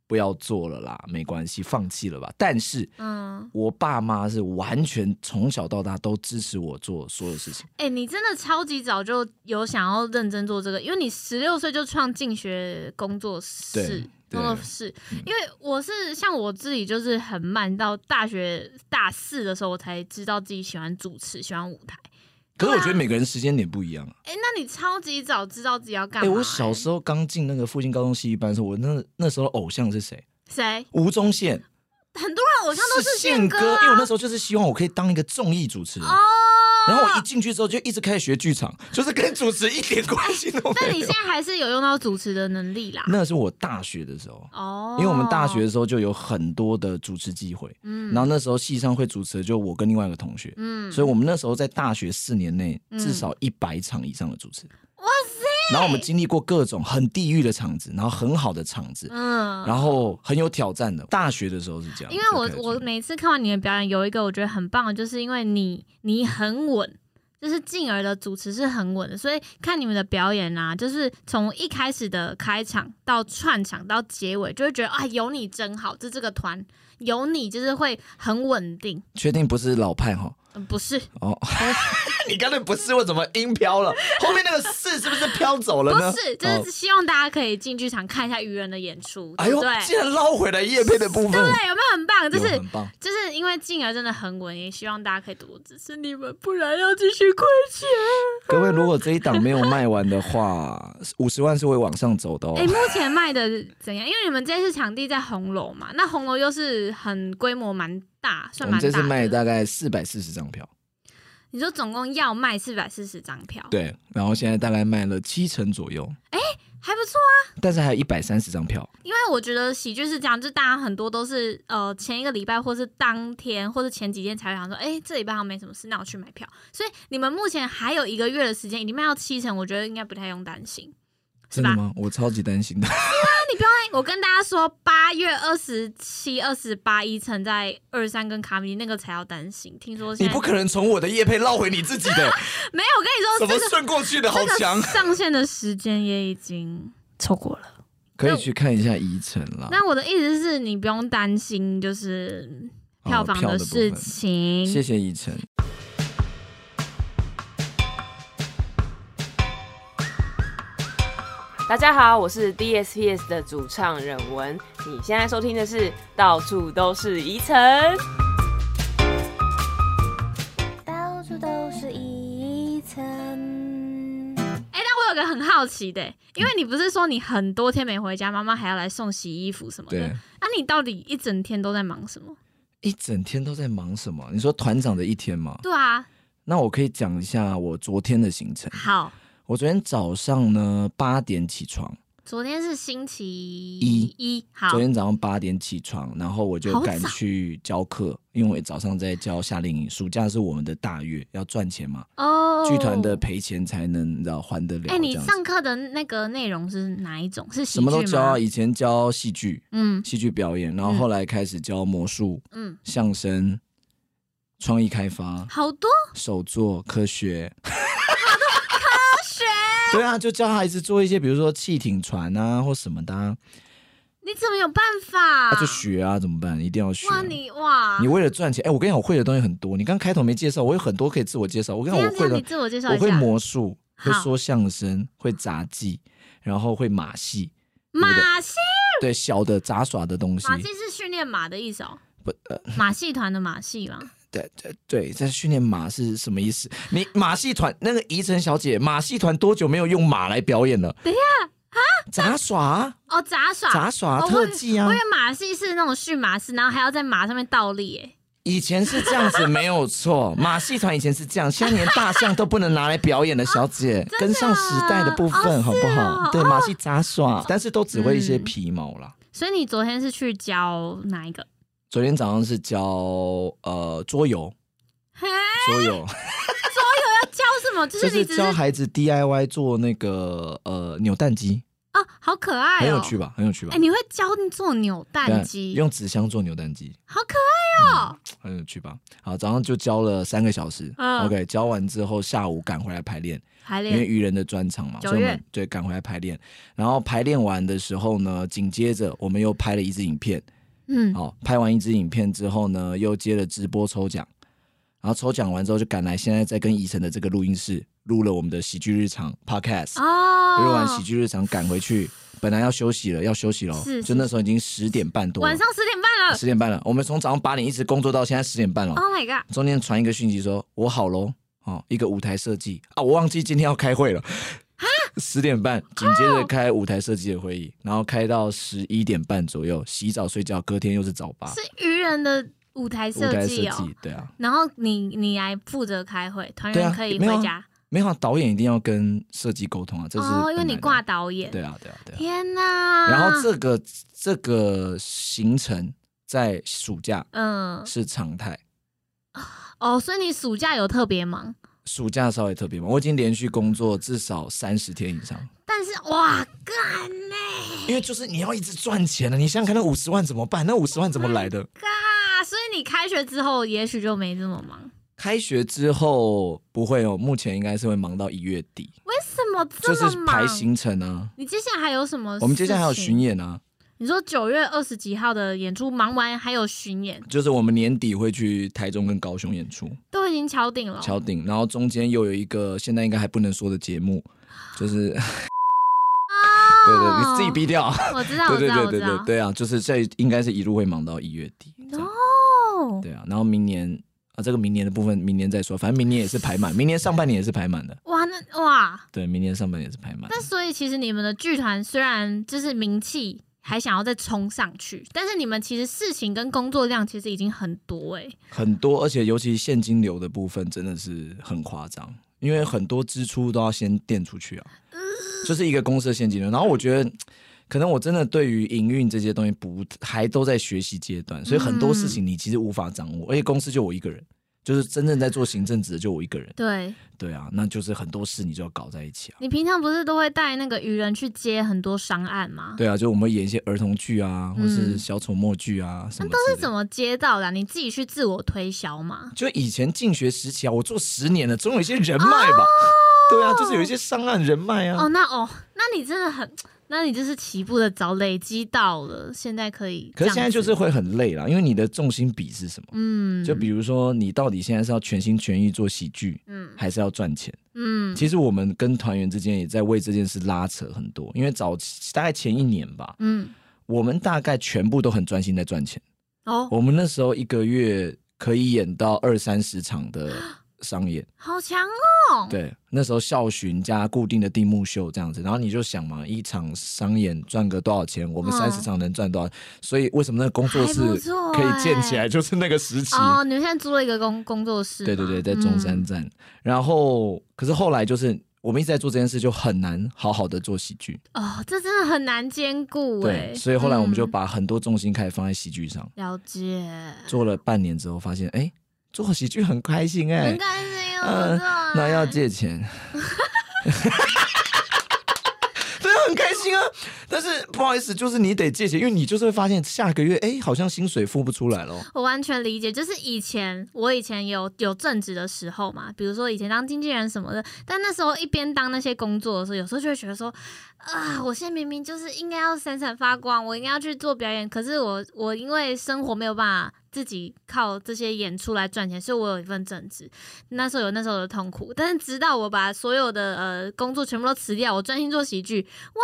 [SPEAKER 1] 不要做了啦，没关系，放弃了吧。但是
[SPEAKER 2] 阿姨。嗯，
[SPEAKER 1] 我爸妈是完全从小到大都支持我做所有事情。
[SPEAKER 2] 哎、你真的超级早就有想要认真做这个，因为你十六岁就创进学工作室
[SPEAKER 1] 对。
[SPEAKER 2] 工
[SPEAKER 1] 对嗯
[SPEAKER 2] 作室，因为我是像我自己，就是很慢，到大学大四的时候，我才知道自己喜欢主持，喜欢舞台。啊
[SPEAKER 1] 可是我觉得每个人时间点不一样啊。
[SPEAKER 2] 哎、那你超级早知道自己要干
[SPEAKER 1] 哎、
[SPEAKER 2] 嘛、欸
[SPEAKER 1] 我小时候刚进那个附近高中戏剧班的时候，我那那时候的偶像是谁？
[SPEAKER 2] 谁？
[SPEAKER 1] 吴宗宪，
[SPEAKER 2] 很多人偶像都宪
[SPEAKER 1] 宪
[SPEAKER 2] 哥
[SPEAKER 1] 因为我
[SPEAKER 2] 啊、
[SPEAKER 1] 那时候就是希望我可以当一个综艺主持人。
[SPEAKER 2] 哦。
[SPEAKER 1] 然后我一进去之后就一直开始学剧场，就是跟主持一点关系都
[SPEAKER 2] 但
[SPEAKER 1] 没
[SPEAKER 2] 你
[SPEAKER 1] 有
[SPEAKER 2] 现。在还是有用到主持的能力啦。
[SPEAKER 1] 那是我大学的时候，
[SPEAKER 2] 哦，
[SPEAKER 1] 因为我们大学的时候就有很多的主持机会，
[SPEAKER 2] 嗯，
[SPEAKER 1] 然后那时候系上会主持的就我跟另外一个同学，
[SPEAKER 2] 嗯，
[SPEAKER 1] 所以我们那时候在大学四年内
[SPEAKER 2] 嗯
[SPEAKER 1] 至少一百场以上的主持，
[SPEAKER 2] 哇塞，
[SPEAKER 1] 然后我们经历过各种很地狱的场子，然后很好的场子，
[SPEAKER 2] 嗯，
[SPEAKER 1] 然后很有挑战的。大学的时候是这样，
[SPEAKER 2] 因为我
[SPEAKER 1] 就开始
[SPEAKER 2] 我每次看完你的表演，有一个我觉得很棒的，就是因为你你很稳，就是静儿的主持是很稳的，所以看你们的表演啊，就是从一开始的开场到串场到结尾，就会觉得啊有你真好，就这个团有你就是会很稳定。
[SPEAKER 1] 确定不是老派哈，
[SPEAKER 2] 嗯不是，
[SPEAKER 1] 哦， 你刚才不是我怎么音飘了？后面那个是是不是飘走了
[SPEAKER 2] 不
[SPEAKER 1] 呢？
[SPEAKER 2] 是，
[SPEAKER 1] 哦
[SPEAKER 2] 就是希望大家可以进剧场看一下愚人的演出，
[SPEAKER 1] 哎
[SPEAKER 2] 对
[SPEAKER 1] 呦
[SPEAKER 2] 不对？，
[SPEAKER 1] 竟然捞回来叶配的部分，
[SPEAKER 2] 对，有没有很棒？就
[SPEAKER 1] 有
[SPEAKER 2] 是
[SPEAKER 1] 很棒。
[SPEAKER 2] 就是因为静儿真的很稳，也希望大家可以多支持你们，不然要继续亏钱。
[SPEAKER 1] 各位，如果这一档没有卖完的 话，五十万是会往上走的哦
[SPEAKER 2] 哎、。目前卖的怎样？因为你们这次场地在红楼嘛，那红楼又是很规模蛮大，
[SPEAKER 1] 我
[SPEAKER 2] 算
[SPEAKER 1] 们
[SPEAKER 2] 蛮
[SPEAKER 1] 这次
[SPEAKER 2] 大
[SPEAKER 1] 卖
[SPEAKER 2] 的。
[SPEAKER 1] 大概四百四十张票，
[SPEAKER 2] 你说总共要卖四百四十张票，
[SPEAKER 1] 对，然后现在大概卖了七成左右，
[SPEAKER 2] 还不错。啊
[SPEAKER 1] 但是还有一百三十张票。
[SPEAKER 2] 因为我觉得喜剧是这样，就大家很多都是呃前一个礼拜或是当天或是前几天才会想说，哎、这礼拜好像没什么事，那我去买票。所以你们目前还有一个月的时间，已经卖到七成，我觉得应该不太用担心。是
[SPEAKER 1] 真
[SPEAKER 2] 吧
[SPEAKER 1] 的吗？我超级担心 的。
[SPEAKER 2] 我跟大家说，八月二十七、二十八，一层在二三跟卡米那个才要担心。听说现
[SPEAKER 1] 你
[SPEAKER 2] 在
[SPEAKER 1] 不可能从我的叶配捞回你自己 的，
[SPEAKER 2] 没有，我
[SPEAKER 1] 怎
[SPEAKER 2] 跟你说，
[SPEAKER 1] 么
[SPEAKER 2] 这个
[SPEAKER 1] 顺过去的？好强
[SPEAKER 2] 这个！上线的时间也已经错过了。
[SPEAKER 1] 可以去看一下宜城啦。
[SPEAKER 2] 那我的意思是你不用担心，就是
[SPEAKER 1] 哦
[SPEAKER 2] 票房
[SPEAKER 1] 票的部
[SPEAKER 2] 事
[SPEAKER 1] 分
[SPEAKER 2] 情。
[SPEAKER 1] 谢谢宜城。
[SPEAKER 4] 大家好，我是 DSPS 的主唱忍文，你现在收听的是《到处都是宜城》。
[SPEAKER 3] 到处都是一层。
[SPEAKER 2] 哎、但我有个很好奇的、因为你不是说你很多天没回家，妈妈还要来送洗衣服什么的
[SPEAKER 1] 对，，
[SPEAKER 2] 那、你到底一整天都在忙什么？
[SPEAKER 1] 一整天都在忙什么？你说团长的一天吗？
[SPEAKER 2] 对啊，
[SPEAKER 1] 那我可以讲一下我昨天的行程。
[SPEAKER 2] 好，
[SPEAKER 1] 我昨天早上呢八点起床，
[SPEAKER 2] 昨天是星期
[SPEAKER 1] 一
[SPEAKER 2] 一好
[SPEAKER 1] 昨，天早上八点起床，然后我就
[SPEAKER 2] 好
[SPEAKER 1] 赶
[SPEAKER 2] 早
[SPEAKER 1] 去教课，因为我早上在教夏令营，暑假是我们的大月，要赚钱嘛，
[SPEAKER 2] 哦，
[SPEAKER 1] 剧团的赔钱才能你知道还得了。
[SPEAKER 2] 哎、你
[SPEAKER 1] 这样子
[SPEAKER 2] 上课的那个内容是哪一种？是喜
[SPEAKER 1] 什
[SPEAKER 2] 剧
[SPEAKER 1] 么
[SPEAKER 2] 吗？
[SPEAKER 1] 都教啊，以前教戏剧、
[SPEAKER 2] 嗯
[SPEAKER 1] 戏剧表演，然后后来开始教魔术、
[SPEAKER 2] 嗯，
[SPEAKER 1] 相声、创意开发、
[SPEAKER 2] 好多
[SPEAKER 1] 手作、科学。科学， 对啊，就教孩子做一些，比如说气艇船啊，或什么的、啊，
[SPEAKER 2] 你怎么有办法？
[SPEAKER 1] 啊就学啊，怎么办？一定要学啊、
[SPEAKER 2] 哇，你哇，
[SPEAKER 1] 你为了赚钱，哎、我跟你讲，我会的东西很多。你刚开头没介绍，我有很多可以自我介绍。我跟
[SPEAKER 2] 这
[SPEAKER 1] 你讲，我
[SPEAKER 2] 样
[SPEAKER 1] 会
[SPEAKER 2] 这啊样，你
[SPEAKER 1] 的，
[SPEAKER 2] 自我介绍
[SPEAKER 1] 我
[SPEAKER 2] 一下。
[SPEAKER 1] 会魔术，会
[SPEAKER 2] 好
[SPEAKER 1] 说相声，会杂技，然后会马戏，
[SPEAKER 2] 马戏，
[SPEAKER 1] 对小的杂耍的东西，
[SPEAKER 2] 马戏是训练马的意思哦，
[SPEAKER 1] 不呃，
[SPEAKER 2] 马戏团的马戏啦。
[SPEAKER 1] 对对对，在训练马是什么意思？你马戏团那个宜城小姐，马戏团多久没有用马来表演了？等一下啊，杂耍啊，
[SPEAKER 2] 哦，杂耍，
[SPEAKER 1] 杂耍
[SPEAKER 2] 哦
[SPEAKER 1] 啊
[SPEAKER 2] 我
[SPEAKER 1] 特
[SPEAKER 2] 以为
[SPEAKER 1] 技啊
[SPEAKER 2] 我以，为马戏是那种驯马师，然后还要在马上面倒立，哎，
[SPEAKER 1] 以前是这样子没有 错，马戏团以前是这样，现在连大象都不能拿来表演了，小 姐，跟上时代的部分
[SPEAKER 2] 哦
[SPEAKER 1] 好不
[SPEAKER 2] 是
[SPEAKER 1] 好
[SPEAKER 2] 啊哦？
[SPEAKER 1] 对，马戏杂耍，但是都只会一些
[SPEAKER 2] 嗯
[SPEAKER 1] 皮毛啦。
[SPEAKER 2] 所以你昨天是去教哪一个？
[SPEAKER 1] 昨天早上是教呃桌游，
[SPEAKER 2] 嘿，
[SPEAKER 1] 桌游。
[SPEAKER 2] 要教什么？就
[SPEAKER 1] 就是是
[SPEAKER 2] 你只是
[SPEAKER 1] 教孩子 DIY 做那个呃扭蛋机，
[SPEAKER 2] 哦，好可爱哦，
[SPEAKER 1] 很有趣吧？很有趣吧
[SPEAKER 2] 哎，？你会教做扭
[SPEAKER 1] 对
[SPEAKER 2] 蛋机，
[SPEAKER 1] 用嗯纸箱做扭蛋机，
[SPEAKER 2] 好可爱哦。
[SPEAKER 1] 很有趣吧？好，早上就教了三个小时、
[SPEAKER 2] 嗯
[SPEAKER 1] o k 教完之后下午赶回来排练，
[SPEAKER 2] 排
[SPEAKER 1] 因为
[SPEAKER 2] 练
[SPEAKER 1] 愚人的专场嘛，
[SPEAKER 2] 九
[SPEAKER 1] 所以我们
[SPEAKER 2] 月
[SPEAKER 1] 对赶回来排练。然后排练完的时候呢，紧接着我们又拍了一支影片，
[SPEAKER 2] 嗯，
[SPEAKER 1] 好、拍完一支影片之后呢，又接了直播抽奖，然后抽奖完之后就赶来现在在跟宜晨的这个录音室录了我们的喜剧日常 Podcast。
[SPEAKER 2] 哦，
[SPEAKER 1] 录完喜剧日常赶回去，本来要休息了，要休息了，
[SPEAKER 2] 是
[SPEAKER 1] 就那时候已经十点半多了，
[SPEAKER 2] 晚上十点半了
[SPEAKER 1] 十点半了。我们从早上八点一直工作到现在十点半了，
[SPEAKER 2] ，Oh my god！
[SPEAKER 1] 中间传一个讯息说我好喽，哦，一个舞台设计啊，我忘记今天要开会了。十点半，紧接着开舞台设计的会议，然后开到十一点半左右，洗澡睡觉，隔天又是早八，
[SPEAKER 2] 是愚人的舞台
[SPEAKER 1] 舞台
[SPEAKER 2] 设
[SPEAKER 1] 设
[SPEAKER 2] 计哦
[SPEAKER 1] 计，，对啊，
[SPEAKER 2] 然后你你来负责开会，团
[SPEAKER 1] 对啊
[SPEAKER 2] 员可以
[SPEAKER 1] 没有啊
[SPEAKER 2] 回家
[SPEAKER 1] 没有啊导演一定要跟设计沟通啊，这是
[SPEAKER 2] 哦，
[SPEAKER 1] 本
[SPEAKER 2] 因为
[SPEAKER 1] 来
[SPEAKER 2] 你
[SPEAKER 1] 的
[SPEAKER 2] 挂导演，
[SPEAKER 1] 对啊，对啊，对啊。
[SPEAKER 2] 天哪！
[SPEAKER 1] 然后这个这个行程在暑假
[SPEAKER 2] 嗯
[SPEAKER 1] 是常态，
[SPEAKER 2] 哦，所以你暑假有特别忙，
[SPEAKER 1] 暑假稍微特别忙。我已经连续工作至少三十天以上，
[SPEAKER 2] 但是哇干呢
[SPEAKER 1] 因为就是你要一直赚钱啊了。你想想看，那五十万怎么办？那五十万怎么来的？
[SPEAKER 2] 嘎，所以你开学之后也许就没这么忙，
[SPEAKER 1] 开学之后不会哦，目前应该是会忙到一月底，
[SPEAKER 2] 为什么这
[SPEAKER 1] 就是
[SPEAKER 2] 么忙？
[SPEAKER 1] 排行程啊。
[SPEAKER 2] 你接下来还有什么？
[SPEAKER 1] 我们接下来还有巡，演啊，
[SPEAKER 2] 你说九月二十几号的演出忙完还有巡演，
[SPEAKER 1] 就是我们年底会去台中跟高雄演出，
[SPEAKER 2] 都已经敲定了。
[SPEAKER 1] 敲定，然后中间又有一个现在应该还不能说的节目，就是 对对，你自己逼 掉。
[SPEAKER 2] 哦我知哦道，我
[SPEAKER 1] 对
[SPEAKER 2] 知
[SPEAKER 1] 对
[SPEAKER 2] 道，
[SPEAKER 1] 对
[SPEAKER 2] 我
[SPEAKER 1] 对
[SPEAKER 2] 知道
[SPEAKER 1] 对。对啊，就是这应该是一路会忙到一月底。这样
[SPEAKER 2] 哦，
[SPEAKER 1] 对啊，然后明年啊，这个明年的部分明年再说，反正明年也是排满，明年上半年也是排满的。
[SPEAKER 2] 哇，那哇，
[SPEAKER 1] 对，明年上半年也是排满的。
[SPEAKER 2] 那所以其实你们的剧团虽然就是名气还想要再冲上去，但是你们其实事情跟工作量其实已经很多哎、
[SPEAKER 1] 很多，而且尤其现金流的部分真的是很夸张，因为很多支出都要先垫出去啊，就是一个公司的现金流。然后我觉得，可能我真的对于营运这些东西不还都在学习阶段，所以很多事
[SPEAKER 2] 嗯
[SPEAKER 1] 情你其实无法掌握，而且公司就我一个人。就是真正在做行政职的就我一个人，
[SPEAKER 2] 对
[SPEAKER 1] 对啊，那就是很多事你就要搞在一起啊，
[SPEAKER 2] 你平常不是都会带那个愚人去接很多商案吗？
[SPEAKER 1] 对啊，就我们会演一些儿童剧啊，或是小丑默剧啊什么之类的。
[SPEAKER 2] 嗯都是怎么接到的啊、你自己去自我推销吗？
[SPEAKER 1] 就以前进学时期啊，我做十年了，总有一些人脉吧。对啊，就是有一些商案人脉啊。
[SPEAKER 2] 哦，那哦，那你真的很，那你就是起步的早，累积到了，现在可以。
[SPEAKER 1] 可是现在就是，会很累啦，因为你的重心比是什么？
[SPEAKER 2] 嗯，
[SPEAKER 1] 就比如说，你到底现在是要全心全意做喜剧，
[SPEAKER 2] 嗯
[SPEAKER 1] 还是要赚钱？
[SPEAKER 2] 嗯
[SPEAKER 1] 其实我们跟团员之间也在为这件事拉扯很多，因为早期大概前一年吧，
[SPEAKER 2] 嗯，
[SPEAKER 1] 我们大概全部都很专心在赚钱。
[SPEAKER 2] 哦，
[SPEAKER 1] 我们那时候一个月可以演到二三十场的商演。
[SPEAKER 2] 好强哦，
[SPEAKER 1] 对，那时候校巡加固定的定目秀这样子，然后你就想嘛，一场商演赚个多少钱？我们
[SPEAKER 2] 嗯
[SPEAKER 1] 三十场能赚多少？所以为什么那个工作室
[SPEAKER 2] 还不错
[SPEAKER 1] 可
[SPEAKER 2] 欸
[SPEAKER 1] 以建起来，就是那个时期。
[SPEAKER 2] 哦，你们现在租了一个工工作室吗，
[SPEAKER 1] 对对对，在中山
[SPEAKER 2] 嗯
[SPEAKER 1] 站。然后，可是后来就是我们一直在做这件事，就很难好好的做喜剧。
[SPEAKER 2] 哦，这真的很难兼顾哎
[SPEAKER 1] 对，，所以后来我们就
[SPEAKER 2] 嗯
[SPEAKER 1] 把很多重心开始放在喜剧上。
[SPEAKER 2] 了解，
[SPEAKER 1] 做了半年之后，发现哎、诶做喜剧很开心哎、
[SPEAKER 2] 很开心哦，
[SPEAKER 1] 嗯
[SPEAKER 2] 不错啊
[SPEAKER 1] 那要借钱。 对啊，很开心啊，但是不好意思，就是你得借钱，因为你就是会发现下个月，哎、好像薪水付不出来了。
[SPEAKER 2] 我完全理解，就是以前我以前有有正职的时候嘛，比如说以前当经纪人什么的，但那时候一边当那些工作的时候，有时候就会觉得说，啊、我现在明明就是应该要闪闪发光，我应该要去做表演，可是我我因为生活没有办法自己靠这些演出来赚钱，所以我有一份正职，那时候有那时候的痛苦，但是直到我把所有的呃工作全部都辞掉，我专心做喜剧，哇，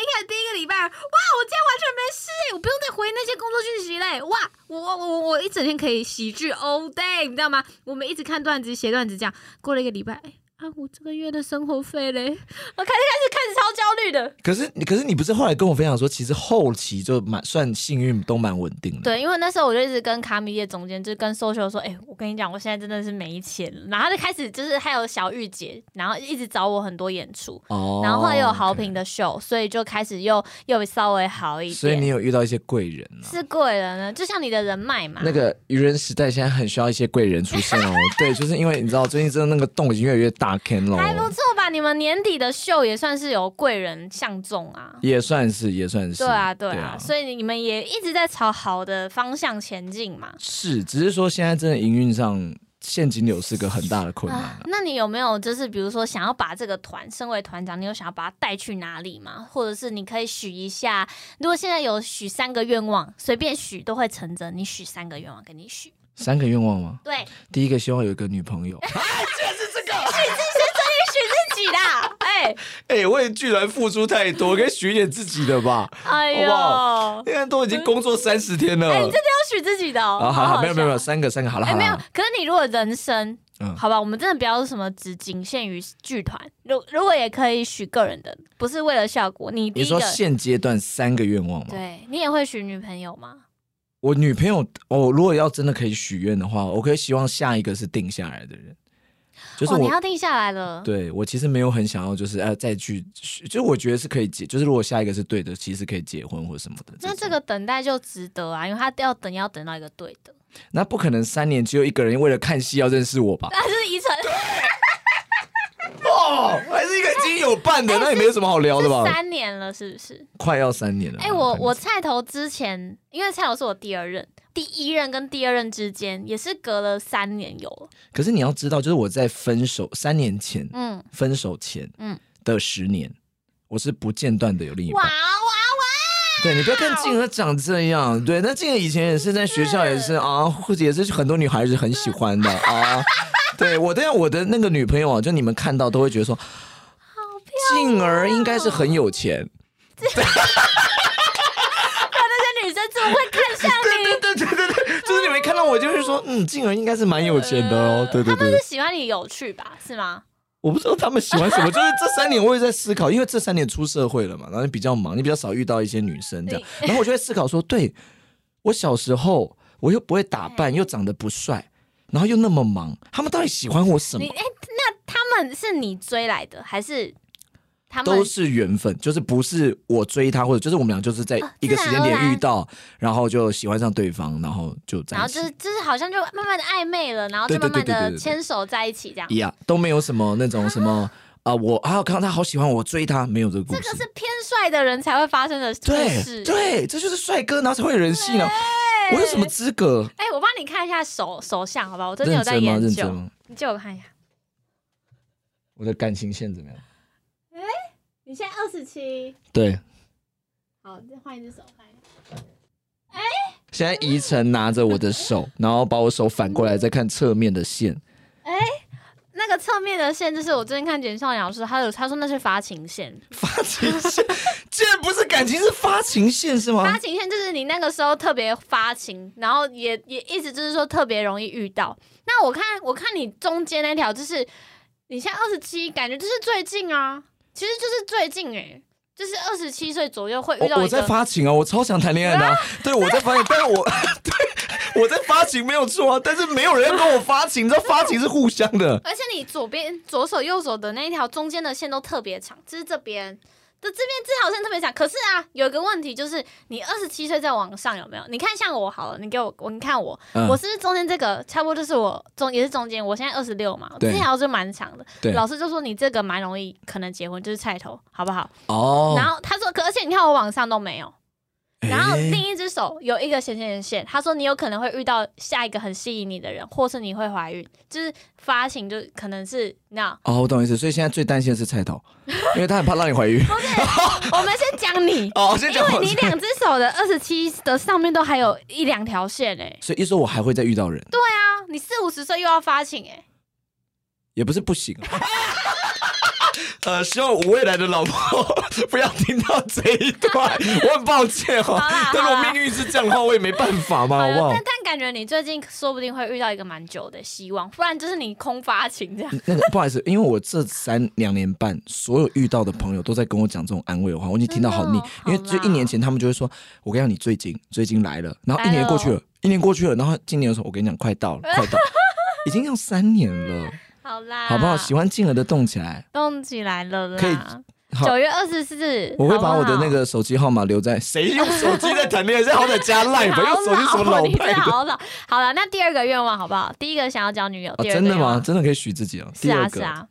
[SPEAKER 2] 一开始第一个礼拜，哇，我今天完全没事欸，我不用再回那些工作讯息嘞，哇，我我我我一整天可以喜剧 all day，你知道吗？我们一直看段子、写段子，这样过了一个礼拜。哎啊，我这个月的生活费嘞，我开始开始开始超焦虑的。
[SPEAKER 1] 可是，可是你不是后来跟我分享说，其实后期就蛮算幸运，都蛮稳定的。
[SPEAKER 2] 对，因为那时候我就一直跟卡米叶总监，就跟 social 说，哎、我跟你讲，我现在真的是没钱了。然后他就开始就是还有小玉姐，然后一直找我很多演出，
[SPEAKER 1] 哦
[SPEAKER 2] 然后后来又有好评的秀，所以就开始又又稍微好一
[SPEAKER 1] OK
[SPEAKER 2] 点。
[SPEAKER 1] 所以你有遇到一些贵人啊。
[SPEAKER 2] 是贵人呢，就像你的人脉嘛。
[SPEAKER 1] 那个愚人时代现在很需要一些贵人出现 哦。对，就是因为你知道，最近真的那个洞已经越来越大坑哦喽。
[SPEAKER 2] 还不错吧？你们年底的秀也算是有贵人相中啊。
[SPEAKER 1] 也算是，也算是。
[SPEAKER 2] 对啊，对啊，所以你们也一直在朝好的方向前进嘛。
[SPEAKER 1] 是，只是说现在真的营运上现金流是个很大的困难、
[SPEAKER 2] 啊
[SPEAKER 1] 啊，。
[SPEAKER 2] 那你有没有就是比如说想要把这个团，身为团长，你有想要把它带去哪里吗？或者是你可以许一下，如果现在有许三个愿望，随便许都会成真，你许三个愿望给你许。
[SPEAKER 1] 三个愿望吗？
[SPEAKER 2] 对，
[SPEAKER 1] 第一个希望有一个女朋友。
[SPEAKER 2] 许自己啦， 哎、
[SPEAKER 1] 哎、为剧团付出太多，可以许一点自己的吧。
[SPEAKER 2] 哎呦，
[SPEAKER 1] 好
[SPEAKER 2] 哎、
[SPEAKER 1] 现在都已经工作三十天了。
[SPEAKER 2] 你真的要许自己的、哦？
[SPEAKER 1] 啊，好
[SPEAKER 2] 好
[SPEAKER 1] 好，
[SPEAKER 2] 好
[SPEAKER 1] 没有没有没有，
[SPEAKER 2] 笑，
[SPEAKER 1] 三个三个，好了
[SPEAKER 2] 哎、
[SPEAKER 1] 好了。
[SPEAKER 2] 没有
[SPEAKER 1] 好了。
[SPEAKER 2] 可是你如果人生，
[SPEAKER 1] 啊嗯
[SPEAKER 2] 好吧，我们真的不要什么只仅限于剧团，如如果也可以许个人的，不是为了效果，你第
[SPEAKER 1] 你
[SPEAKER 2] 一
[SPEAKER 1] 说
[SPEAKER 2] 个。
[SPEAKER 1] 现阶段三个愿望吗？
[SPEAKER 2] 对你也会许女朋友吗？
[SPEAKER 1] 我女朋友，我、如果要真的可以许愿的话，我可以希望下一个是定下来的人，就是
[SPEAKER 2] 哦，你
[SPEAKER 1] 我
[SPEAKER 2] 要定下来了。
[SPEAKER 1] 对我其实没有很想要，就是呃再去，就我觉得是可以结，就是如果下一个是对的，其实可以结婚或什么的。
[SPEAKER 2] 那
[SPEAKER 1] 种
[SPEAKER 2] 这个等待就值得啊，因为他要等，要等到一个对的。
[SPEAKER 1] 那不可能三年只有一个人为了看戏要认识 我吧？
[SPEAKER 2] 那就是遗传，
[SPEAKER 1] 哦，还是一个已经有伴的，那也没有什么 好聊的
[SPEAKER 2] 哎是
[SPEAKER 1] 吧？
[SPEAKER 2] 三年了，是不是？
[SPEAKER 1] 快要三年了。
[SPEAKER 2] 哎、我
[SPEAKER 1] 看
[SPEAKER 2] 我菜头之前，因为菜头是我第二任，第一任跟第二任之间也是隔了三年有了。
[SPEAKER 1] 可是你要知道，就是我在分手三年前，
[SPEAKER 2] 嗯，
[SPEAKER 1] 分手前，
[SPEAKER 2] 嗯
[SPEAKER 1] 的十年，我是不间断的有另一
[SPEAKER 2] 哇
[SPEAKER 1] 半
[SPEAKER 2] 哇。哇！
[SPEAKER 1] 对你不要看静儿长这样，对，那静儿以前也是在学校也是啊，或者也是很多女孩子很喜欢的啊。对我的我的那个女朋友啊，就你们看到都会觉得说，静儿应该是很有钱，
[SPEAKER 2] 那些女生怎么会看上你？
[SPEAKER 1] 对对对对对，就是你们看到我就会说，嗯，静儿应该是蛮有钱的哦，对对
[SPEAKER 2] 他们
[SPEAKER 1] 对
[SPEAKER 2] 是。喜欢你有趣吧？是吗？
[SPEAKER 1] 我不知道他们喜欢什么，就是这三年我也在思考，因为这三年出社会了嘛，然后你比较忙，你比较少遇到一些女生这样，然后我就会思考说，对我小时候我又不会打扮，又长得不帅，然后又那么忙，他们到底喜欢我什么
[SPEAKER 2] 你？哎、那他们是你追来的还是他们
[SPEAKER 1] 都是缘分，就是不是我追他，或者就是我们俩就是在一个时间
[SPEAKER 2] 自然而
[SPEAKER 1] 点
[SPEAKER 2] 然
[SPEAKER 1] 遇到，然后就喜欢上对方，然后就在一
[SPEAKER 2] 然后
[SPEAKER 1] 起
[SPEAKER 2] 就是，就是好像就慢慢的暧昧了，然后就
[SPEAKER 1] 对
[SPEAKER 2] 慢
[SPEAKER 1] 对对对
[SPEAKER 2] 慢
[SPEAKER 1] 对对
[SPEAKER 2] 的
[SPEAKER 1] 对
[SPEAKER 2] 牵手在一起这样。
[SPEAKER 1] 一样都没有什么那种什么啊，我啊，我看到他好喜欢我，我追他，没有这个故
[SPEAKER 2] 这
[SPEAKER 1] 事。
[SPEAKER 2] 个是偏帅的人才会发生的故
[SPEAKER 1] 对
[SPEAKER 2] 事。
[SPEAKER 1] 对，这就是帅哥，然后才会有人信呢。
[SPEAKER 2] 对
[SPEAKER 1] 我有什么？资格？
[SPEAKER 2] 哎、我帮你看一下手手相，好不好？我最近
[SPEAKER 1] 认
[SPEAKER 2] 有在
[SPEAKER 1] 真吗？
[SPEAKER 2] 研
[SPEAKER 1] 认
[SPEAKER 2] 究
[SPEAKER 1] 真，吗？
[SPEAKER 2] 你借我看一下。
[SPEAKER 1] 我的感情线怎么样？
[SPEAKER 2] 你现在二十七，
[SPEAKER 1] 对，
[SPEAKER 2] 好，再换一只手看一下。
[SPEAKER 1] 现在宜晨拿着我的 手，然后把我手反过来再看侧面的线。
[SPEAKER 2] 那个侧面的线，就是我最近看简少阳老师，他有他说那是发情线，
[SPEAKER 1] 发情 线，竟然不是感情，是发情线是吗？
[SPEAKER 2] 发情线就是你那个时候特别发情，然后也也一直就是说特别容易遇到。那我看我看你中间那条，就是你现在二十七，感觉就是最近啊，其实就是最近哎、就是二十七岁左右会遇到
[SPEAKER 1] 我
[SPEAKER 2] 一
[SPEAKER 1] 我在
[SPEAKER 2] 个。
[SPEAKER 1] 发情啊，我超想谈恋爱的、啊，对我在发情，但是我 对我在发情没有错啊，但是没有人要跟我发情，你知道发情是互相的。
[SPEAKER 2] 而且你左边、左手、右手的那一条中间的线都特别长，这是这边的这边这条线特别长。可是啊，有一个问题就是，你二十七岁再往上有没有？你看像我好了，你给我，我你看我，
[SPEAKER 1] 嗯
[SPEAKER 2] 我是不是中间这个差不多就是我中也是中间，我现在二十六嘛，
[SPEAKER 1] 对
[SPEAKER 2] 这条就蛮长的。
[SPEAKER 1] 对
[SPEAKER 2] 老师就说你这个蛮容易可能结婚，就是菜头，好不好？
[SPEAKER 1] 哦
[SPEAKER 2] 然后他说，可而且你看我往上都没有。然后
[SPEAKER 1] 哎
[SPEAKER 2] 另一只手有一个斜线的线，他说你有可能会遇到下一个很吸引你的人，或是你会怀孕，就是发情就可能是 那。
[SPEAKER 1] 哦，我懂意思，所以现在最担心的是菜 头，因为他很怕让你怀孕。，
[SPEAKER 2] 我们先讲你
[SPEAKER 1] 哦，先
[SPEAKER 2] 因
[SPEAKER 1] 讲好
[SPEAKER 2] 为，你两只手的二十七的上面都还有一两条线哎、
[SPEAKER 1] 所以一说我还会再遇到人，
[SPEAKER 2] 对啊，你四五十岁又要发情哎、
[SPEAKER 1] 也不是不 行、啊。呃，希望我未来的老婆不要听到这一 段，我很抱歉哦
[SPEAKER 2] 好啦。
[SPEAKER 1] 但是我
[SPEAKER 2] 好啦
[SPEAKER 1] 命运是这样的话，我也没办法嘛，好不好
[SPEAKER 2] 呃但？但感觉你最近说不定会遇到一个蛮久的希望，不然就是你空发情这样。
[SPEAKER 1] 那个不好意思，因为我这三两年半，所有遇到的朋友都在跟我讲这种安慰的话，我已经听到好腻。因
[SPEAKER 2] 真
[SPEAKER 1] 为
[SPEAKER 2] 的哦
[SPEAKER 1] 就一年前他们就会说，我跟你讲，你最近最近来了，然后一
[SPEAKER 2] 来
[SPEAKER 1] 年
[SPEAKER 2] 了
[SPEAKER 1] 过去了，一年过去了，然后今年的时候，我跟你讲，快 到了，快到了，已经要三年了，
[SPEAKER 2] 好啦，
[SPEAKER 1] 好不好？喜欢静儿的动起来，
[SPEAKER 2] 动起来了啦。
[SPEAKER 1] 可以好
[SPEAKER 2] 九月二十四，
[SPEAKER 1] 我会把
[SPEAKER 2] 好
[SPEAKER 1] 我
[SPEAKER 2] 不好
[SPEAKER 1] 的那个手机号码留在。谁用手机在谈恋爱？现在好歹加赖吧，
[SPEAKER 2] 好
[SPEAKER 1] 用手机什么
[SPEAKER 2] 老
[SPEAKER 1] 老
[SPEAKER 2] 你
[SPEAKER 1] 派
[SPEAKER 2] 真的
[SPEAKER 1] 的？
[SPEAKER 2] 好老。好了，那第二个愿望好不好？第一个想要交女友，
[SPEAKER 1] 哦，
[SPEAKER 2] 第二个
[SPEAKER 1] 真的
[SPEAKER 2] 愿
[SPEAKER 1] 吗？
[SPEAKER 2] 望
[SPEAKER 1] 真的可以许自己哦。
[SPEAKER 2] 是
[SPEAKER 1] 第
[SPEAKER 2] 啊
[SPEAKER 1] 二
[SPEAKER 2] 是
[SPEAKER 1] 个，
[SPEAKER 2] 啊。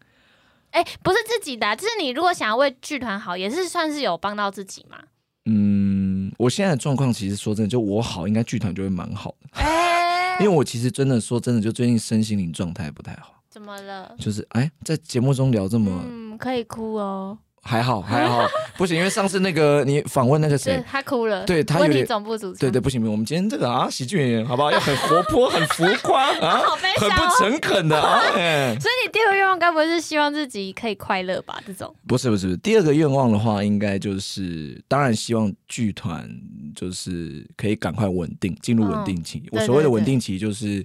[SPEAKER 2] 哎、不是自己的啊、就是你如果想要为剧团好，也是算是有帮到自己嘛。
[SPEAKER 1] 嗯，我现在的状况其实说真的，就我好，应该剧团就会蛮好的，
[SPEAKER 2] 哎、
[SPEAKER 1] 因为我其实真的说真的，就最近身心灵状态不太好。
[SPEAKER 2] 怎么了？
[SPEAKER 1] 就是哎，在节目中聊这么、
[SPEAKER 2] 嗯，可以哭哦。
[SPEAKER 1] 还好还好，不行，因为上次那个你访问那个
[SPEAKER 2] 对
[SPEAKER 1] 谁，，
[SPEAKER 2] 他哭了。
[SPEAKER 1] 对他有
[SPEAKER 2] 问
[SPEAKER 1] 点
[SPEAKER 2] 题总部主持。
[SPEAKER 1] 对对，不行不行，我们今天这个啊，喜剧演员好不好？要很活泼、很浮夸 啊，
[SPEAKER 2] 好悲
[SPEAKER 1] 很
[SPEAKER 2] 伤哦
[SPEAKER 1] 不诚恳的啊。哎
[SPEAKER 2] 所以你第二个愿望该不会是希望自己可以快乐吧？这种
[SPEAKER 1] 不是不是，不是第二个愿望的话，应该就是当然希望剧团就是可以赶快稳定进入稳定期。
[SPEAKER 2] 对
[SPEAKER 1] 我所谓的
[SPEAKER 2] 对
[SPEAKER 1] 稳
[SPEAKER 2] 对
[SPEAKER 1] 定期就是。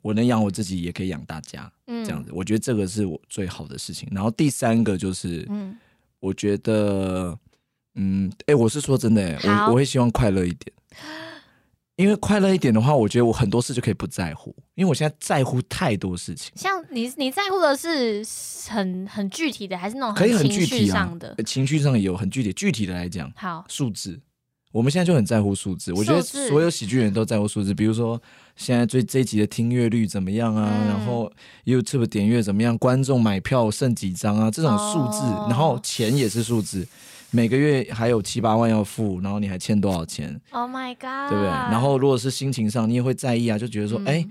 [SPEAKER 1] 我能养我自己，也可以养大家，
[SPEAKER 2] 嗯
[SPEAKER 1] 这样子，我觉得这个是我最好的事情。然后第三个就是，
[SPEAKER 2] 嗯，
[SPEAKER 1] 我觉得，嗯，哎、我是说真的、欸，
[SPEAKER 2] 好
[SPEAKER 1] 我我会希望快乐一点，因为快乐一点的话，我觉得我很多事就可以不在乎，因为我现在在乎太多事情，
[SPEAKER 2] 像你你在乎的是很很具体的，还是那种
[SPEAKER 1] 可以很
[SPEAKER 2] 哦情
[SPEAKER 1] 具
[SPEAKER 2] 绪
[SPEAKER 1] 体啊
[SPEAKER 2] 上的，
[SPEAKER 1] 呃？情绪上也有很具体，具体的来讲，
[SPEAKER 2] 好，
[SPEAKER 1] 数字。我们现在就很在乎数字，我觉得
[SPEAKER 2] 数字
[SPEAKER 1] 所有喜剧人都在乎数字。比如说，现在最这一集的听阅率怎么样啊？
[SPEAKER 2] 嗯
[SPEAKER 1] 然后 YouTube 点阅怎么样？观众买票剩几张啊？这种数字，
[SPEAKER 2] 哦
[SPEAKER 1] 然后钱也是数字，每个月还有七八万要付，然后你还欠多少钱？
[SPEAKER 2] Oh my god！
[SPEAKER 1] 对不对？然后如果是心情上，你也会在意啊，就觉得说，
[SPEAKER 2] 嗯
[SPEAKER 1] 哎、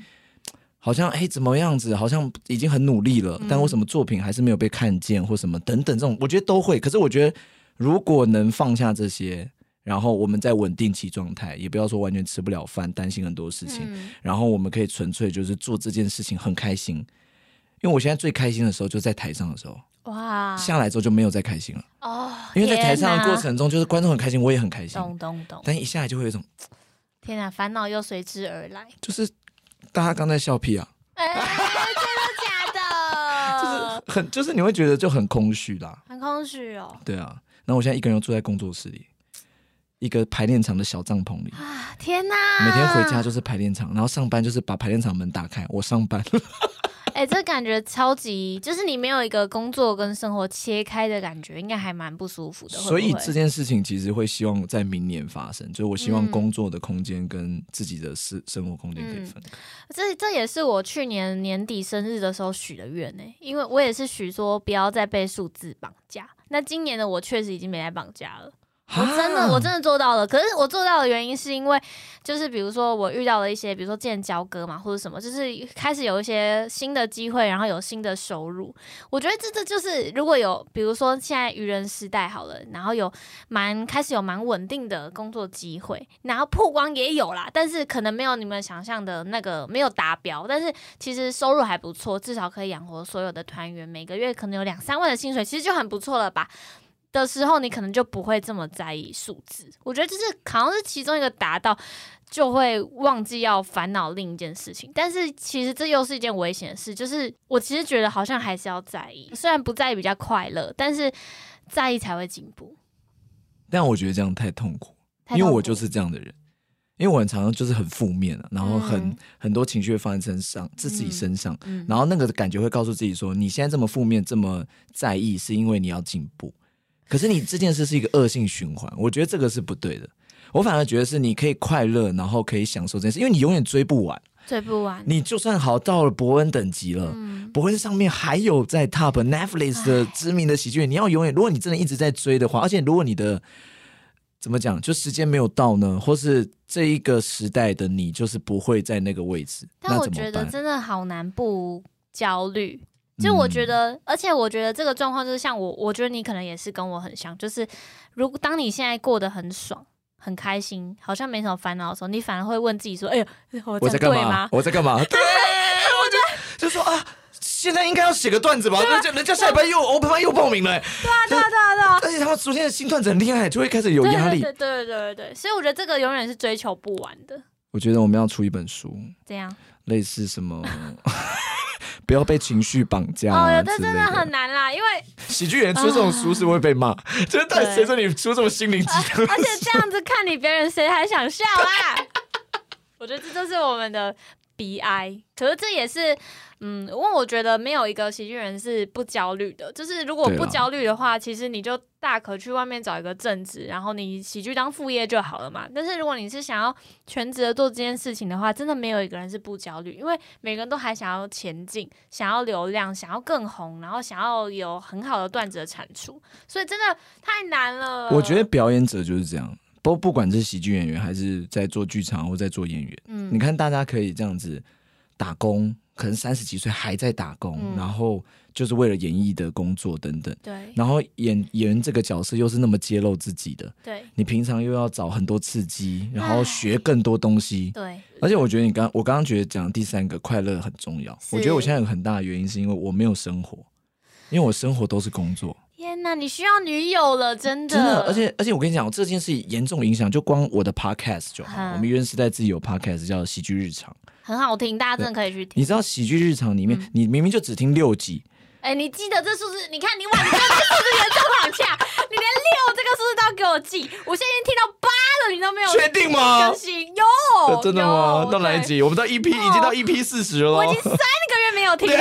[SPEAKER 1] 好像哎怎么样子，好像已经很努力了，
[SPEAKER 2] 嗯
[SPEAKER 1] 但为什么作品还是没有被看见，或什么等等这种，我觉得都会。可是我觉得，如果能放下这些，然后我们在稳定期状态，也不要说完全吃不了饭，担心很多事情。
[SPEAKER 2] 嗯，
[SPEAKER 1] 然后我们可以纯粹就是做这件事情很开心，因为我现在最开心的时候就在台上的时候，
[SPEAKER 2] 哇，
[SPEAKER 1] 下来之后就没有再开心了，
[SPEAKER 2] 哦，
[SPEAKER 1] 因为在台
[SPEAKER 2] 啊天
[SPEAKER 1] 上的过
[SPEAKER 2] 哪，
[SPEAKER 1] 程中就是观众很开心，我也很开心，
[SPEAKER 2] 懂 懂懂，
[SPEAKER 1] 但一下来就会有一种
[SPEAKER 2] 天哪，烦恼又随之而 来，
[SPEAKER 1] 就是大家刚在笑屁啊，
[SPEAKER 2] 哎，真的假
[SPEAKER 1] 就
[SPEAKER 2] 的？
[SPEAKER 1] 是很就是你会觉得就很空虚啦，
[SPEAKER 2] 很空虚哦，
[SPEAKER 1] 对啊。然后我现在一个人又住在工作室里，一个排练场的小帐篷里，
[SPEAKER 2] 啊天哪，
[SPEAKER 1] 每天回家就是排练场，然后上班就是把排练场门打开，我上班。
[SPEAKER 2] 哎、这感觉超级，就是你没有一个工作跟生活切开的感觉，应该还蛮不舒服的。
[SPEAKER 1] 所以
[SPEAKER 2] 会不会
[SPEAKER 1] 这件事情其实会希望在明年发生，就是我希望
[SPEAKER 2] 嗯
[SPEAKER 1] 工作的空间跟自己的私生活空间可以分开。
[SPEAKER 2] 这这也是我去年年底生日的时候许的愿呢、因为我也是许说不要再被数字绑架。那今年的我确实已经没再绑架了，嗯我真
[SPEAKER 1] 啊
[SPEAKER 2] 的我真的做到了。可是我做到的原因是因为，就是比如说我遇到了一些，比如说见交割嘛，或者什么，就是开始有一些新的机会，然后有新的收入。我觉得这这就是如果有，比如说现在愚人时代好了，然后有蛮开始有蛮稳定的工作机会，然后曝光也有啦，但是可能没有你们想象的那个没有达标，但是其实收入还不错，至少可以养活所有的团员，每个月可能有两三万的薪水，其实就很不错了吧。的时候，你可能就不会这么在意数字。我觉得这是好像是其中一个达到，就会忘记要烦恼另一件事情。但是其实这又是一件危险的事，就是我其实觉得好像还是要在意，虽然不在意比较快乐，但是在意才会进步。
[SPEAKER 1] 但我觉得这样太痛苦，
[SPEAKER 2] 太
[SPEAKER 1] 因为
[SPEAKER 2] 痛
[SPEAKER 1] 我
[SPEAKER 2] 苦
[SPEAKER 1] 就
[SPEAKER 2] 了
[SPEAKER 1] 是这样的人，因为我很常常就是很负面啊，然后很、
[SPEAKER 2] 嗯
[SPEAKER 1] 很多情绪会放在身上，自自己身上，
[SPEAKER 2] 嗯
[SPEAKER 1] 然后那个感觉会告诉自己说，你现在这么负面，这么在意，是因为你要进步。可是你这件事是一个恶性循环，我觉得这个是不对的。我反而觉得是你可以快乐，然后可以享受这件事，因为你永远追不完。
[SPEAKER 2] 追不完。
[SPEAKER 1] 你就算好到了伯恩等级了，
[SPEAKER 2] 嗯
[SPEAKER 1] 伯恩上面还有在 Top Netflix 的知名的喜剧，你要永远，如果你真的一直在追的话，而且如果你的怎么讲，就时间没有到呢，或是这一个时代的你就是不会在那个位置，
[SPEAKER 2] 但
[SPEAKER 1] 那
[SPEAKER 2] 我
[SPEAKER 1] 怎
[SPEAKER 2] 觉
[SPEAKER 1] 么
[SPEAKER 2] 得
[SPEAKER 1] 办？
[SPEAKER 2] 真的好难不焦虑。就我
[SPEAKER 1] 嗯
[SPEAKER 2] 觉得，而且我觉得这个状况就是像我，我觉得你可能也是跟我很像，就是如果当你现在过得很爽、很开心，好像没什么烦恼的时候，你反而会问自己说：“哎呦，我
[SPEAKER 1] 我在
[SPEAKER 2] 这样
[SPEAKER 1] 干
[SPEAKER 2] 对
[SPEAKER 1] 嘛
[SPEAKER 2] 吗？”？
[SPEAKER 1] 我在干嘛？对，我 就就说啊。现在应该要写个段子吧？人家人家下一班又 open 班又报名了、欸，
[SPEAKER 2] 啊对啊，对啊，对啊，
[SPEAKER 1] 而且他们昨天的新段子很厉害，就会开始有
[SPEAKER 2] 对
[SPEAKER 1] 压
[SPEAKER 2] 对
[SPEAKER 1] 力。
[SPEAKER 2] 对对对对对。所以我觉得这个永远是追求不完的。
[SPEAKER 1] 我觉得我们要出一本书，
[SPEAKER 2] 这样
[SPEAKER 1] 类似什么， 不要被情绪绑架
[SPEAKER 2] 哦
[SPEAKER 1] 啊
[SPEAKER 2] 哟，
[SPEAKER 1] 之
[SPEAKER 2] 这
[SPEAKER 1] 类
[SPEAKER 2] 真的很啊难啦，因为
[SPEAKER 1] 喜剧演出这种书是会被骂，就是到底谁说你出这种心灵鸡汤？
[SPEAKER 2] 而且这样子看你别人，谁还想笑啊？ 我觉得这就是我们的悲哀。可是这也是，嗯，因为我觉得没有一个喜剧人是不焦虑的。就是如果
[SPEAKER 1] 对啦啊
[SPEAKER 2] 不焦虑的话，其实你就大可去外面找一个正职，然后你喜剧当副业就好了嘛。但是如果你是想要全职的做这件事情的话，真的没有一个人是不焦虑，因为每个人都还想要前进，想要流量，想要更红，然后想要有很好的段子的产出，所以真的太难了。
[SPEAKER 1] 我觉得，表演者就是这样，不不管是喜剧演员还是在做剧场或在做演员，
[SPEAKER 2] 嗯
[SPEAKER 1] 你看大家可以这样子打工，可能三十几岁还在打工，
[SPEAKER 2] 嗯
[SPEAKER 1] 然后就是为了演艺的工作等等，
[SPEAKER 2] 对
[SPEAKER 1] 然后演演员这个角色又是那么揭露自己的，
[SPEAKER 2] 对
[SPEAKER 1] 你平常又要找很多刺激，然后
[SPEAKER 2] 唉
[SPEAKER 1] 学更多东西，
[SPEAKER 2] 对，
[SPEAKER 1] 而且我觉得你刚我刚刚觉得讲第三个快乐很重要，
[SPEAKER 2] 是
[SPEAKER 1] 我觉得我现在有很大的原因是因为我没有生活，因为我生活都是工作，
[SPEAKER 2] 天哪，你需要女友了，真的，
[SPEAKER 1] 真的，而且而且我跟你讲，这件事严重影响就光我的 podcast 就好，
[SPEAKER 2] 嗯
[SPEAKER 1] 我们原时代自己有 podcast 叫喜剧日常，
[SPEAKER 2] 很好听，大家真的可以去听。
[SPEAKER 1] 你知道喜剧日常里面
[SPEAKER 2] 嗯，
[SPEAKER 1] 你明明就只听六集，
[SPEAKER 2] 哎、你记得这数字？你看你往你这个数字原上绑架， 你连六这个数字都要给我记，我现在已经听到八了，你都没有
[SPEAKER 1] 确定吗
[SPEAKER 2] 更？新有
[SPEAKER 1] 呃真的吗？
[SPEAKER 2] 有
[SPEAKER 1] 到哪一
[SPEAKER 2] 对
[SPEAKER 1] 集？我们到 EP 已经到 EP 四十了
[SPEAKER 2] 我已经三个月没有听 了，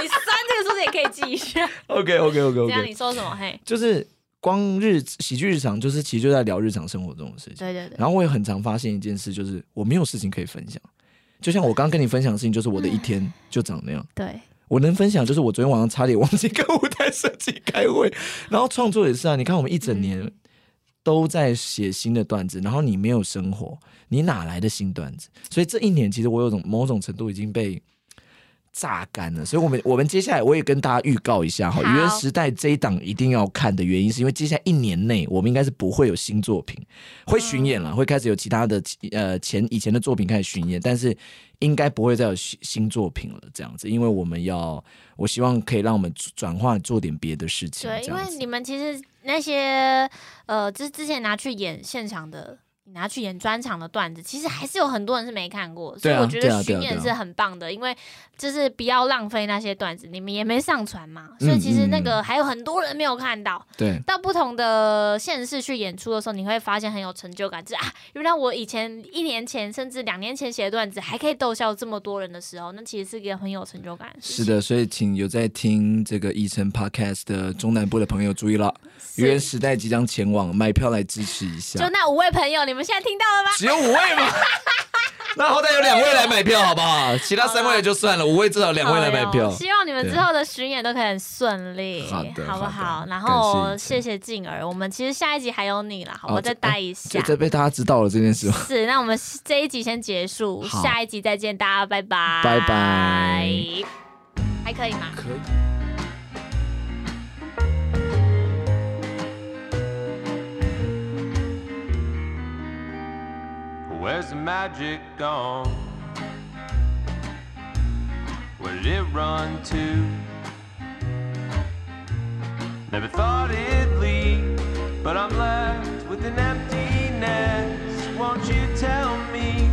[SPEAKER 2] 你三这个数字也可以记一下。
[SPEAKER 1] ，OK OK OK
[SPEAKER 2] 这样你
[SPEAKER 1] OK，
[SPEAKER 2] 说什么？嘿，
[SPEAKER 1] 就是光日喜剧日常，就是其实就在聊日常生活中的事情。
[SPEAKER 2] 对对对，
[SPEAKER 1] 然后我也很常发现一件事，就是我没有事情可以分享。就像我刚跟你分享的事情，就是
[SPEAKER 2] 嗯
[SPEAKER 1] 我的一天就长那样。
[SPEAKER 2] 对
[SPEAKER 1] 我能分享就是我昨天晚上差点忘记跟舞台设计开会， 然后创作也是啊。你看我们一整年都在写新的段子，然后你没有生活，你哪来的新段子？所以这一年其实我有种某种程度已经被榨干了。所以，我们我们接下来我也跟大家预告一下哈，
[SPEAKER 2] 好
[SPEAKER 1] 《愚人时代》这一档一定要看的原因，是因为接下来一年内我们应该是不会有新作品，会巡演了，会开始有其他的呃前以前的作品开始巡演，但是应该不会再有新新作品了。这样子，因为我们要，我希望可以让我们转换做点别的事情。
[SPEAKER 2] 对，
[SPEAKER 1] 这
[SPEAKER 2] 因
[SPEAKER 1] 样
[SPEAKER 2] 为
[SPEAKER 1] 子
[SPEAKER 2] 你们其实那些呃，就是之前拿去演现场的，拿去演专场的段子，其实还是有很多人是没看过，所
[SPEAKER 1] 对
[SPEAKER 2] 以
[SPEAKER 1] 啊
[SPEAKER 2] 我觉
[SPEAKER 1] 对
[SPEAKER 2] 得
[SPEAKER 1] 啊对啊
[SPEAKER 2] 巡演
[SPEAKER 1] 对啊
[SPEAKER 2] 是很棒的，因为就是不要浪费那些段子，你们也没上传嘛，所以其实那
[SPEAKER 1] 嗯嗯
[SPEAKER 2] 个还有很多人没有看到。
[SPEAKER 1] 对
[SPEAKER 2] 到不同的县市去演出的时候，你会发现很有成就感，就是啊，原来我以前一年前甚至两年前写的段子还可以逗笑这么多人的时候，那其实是一个很有成就感的事
[SPEAKER 1] 是
[SPEAKER 2] 情。
[SPEAKER 1] 的，所以请有在听这个《一晨 Podcast》的中南部的朋友注意了，《愚人时代》即将前往，买票来支持一
[SPEAKER 2] 就
[SPEAKER 1] 下。
[SPEAKER 2] 那五位朋友，你们现在听到了吗？
[SPEAKER 1] 只有五位 吗？那好歹有两位来买票，好不好？其他三位也就算了，五位至少两位来买票
[SPEAKER 2] 好哟。希望你们
[SPEAKER 1] 对
[SPEAKER 2] 之后的巡演都可以很顺利，
[SPEAKER 1] 好的
[SPEAKER 2] 不
[SPEAKER 1] 好
[SPEAKER 2] 好？
[SPEAKER 1] 的感
[SPEAKER 2] 然后
[SPEAKER 1] 谢
[SPEAKER 2] 谢谢静儿，我们其实下一集还有你啦，好
[SPEAKER 1] 哦
[SPEAKER 2] 我再
[SPEAKER 1] 这
[SPEAKER 2] 待一
[SPEAKER 1] 就
[SPEAKER 2] 下。
[SPEAKER 1] 这被大家知道了这件事吗？
[SPEAKER 2] 是，那我们这一集先结束，
[SPEAKER 1] 好
[SPEAKER 2] 下一集再见，大家拜拜，
[SPEAKER 1] 拜拜，
[SPEAKER 2] 还可以吗？
[SPEAKER 1] 可以。
[SPEAKER 5] Where's the magic gone? Where'd it run to? Never thought it'd leave, but I'm left with an empty nest. Won't you tell me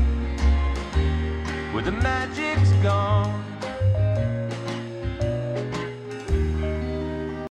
[SPEAKER 5] where the magic's gone?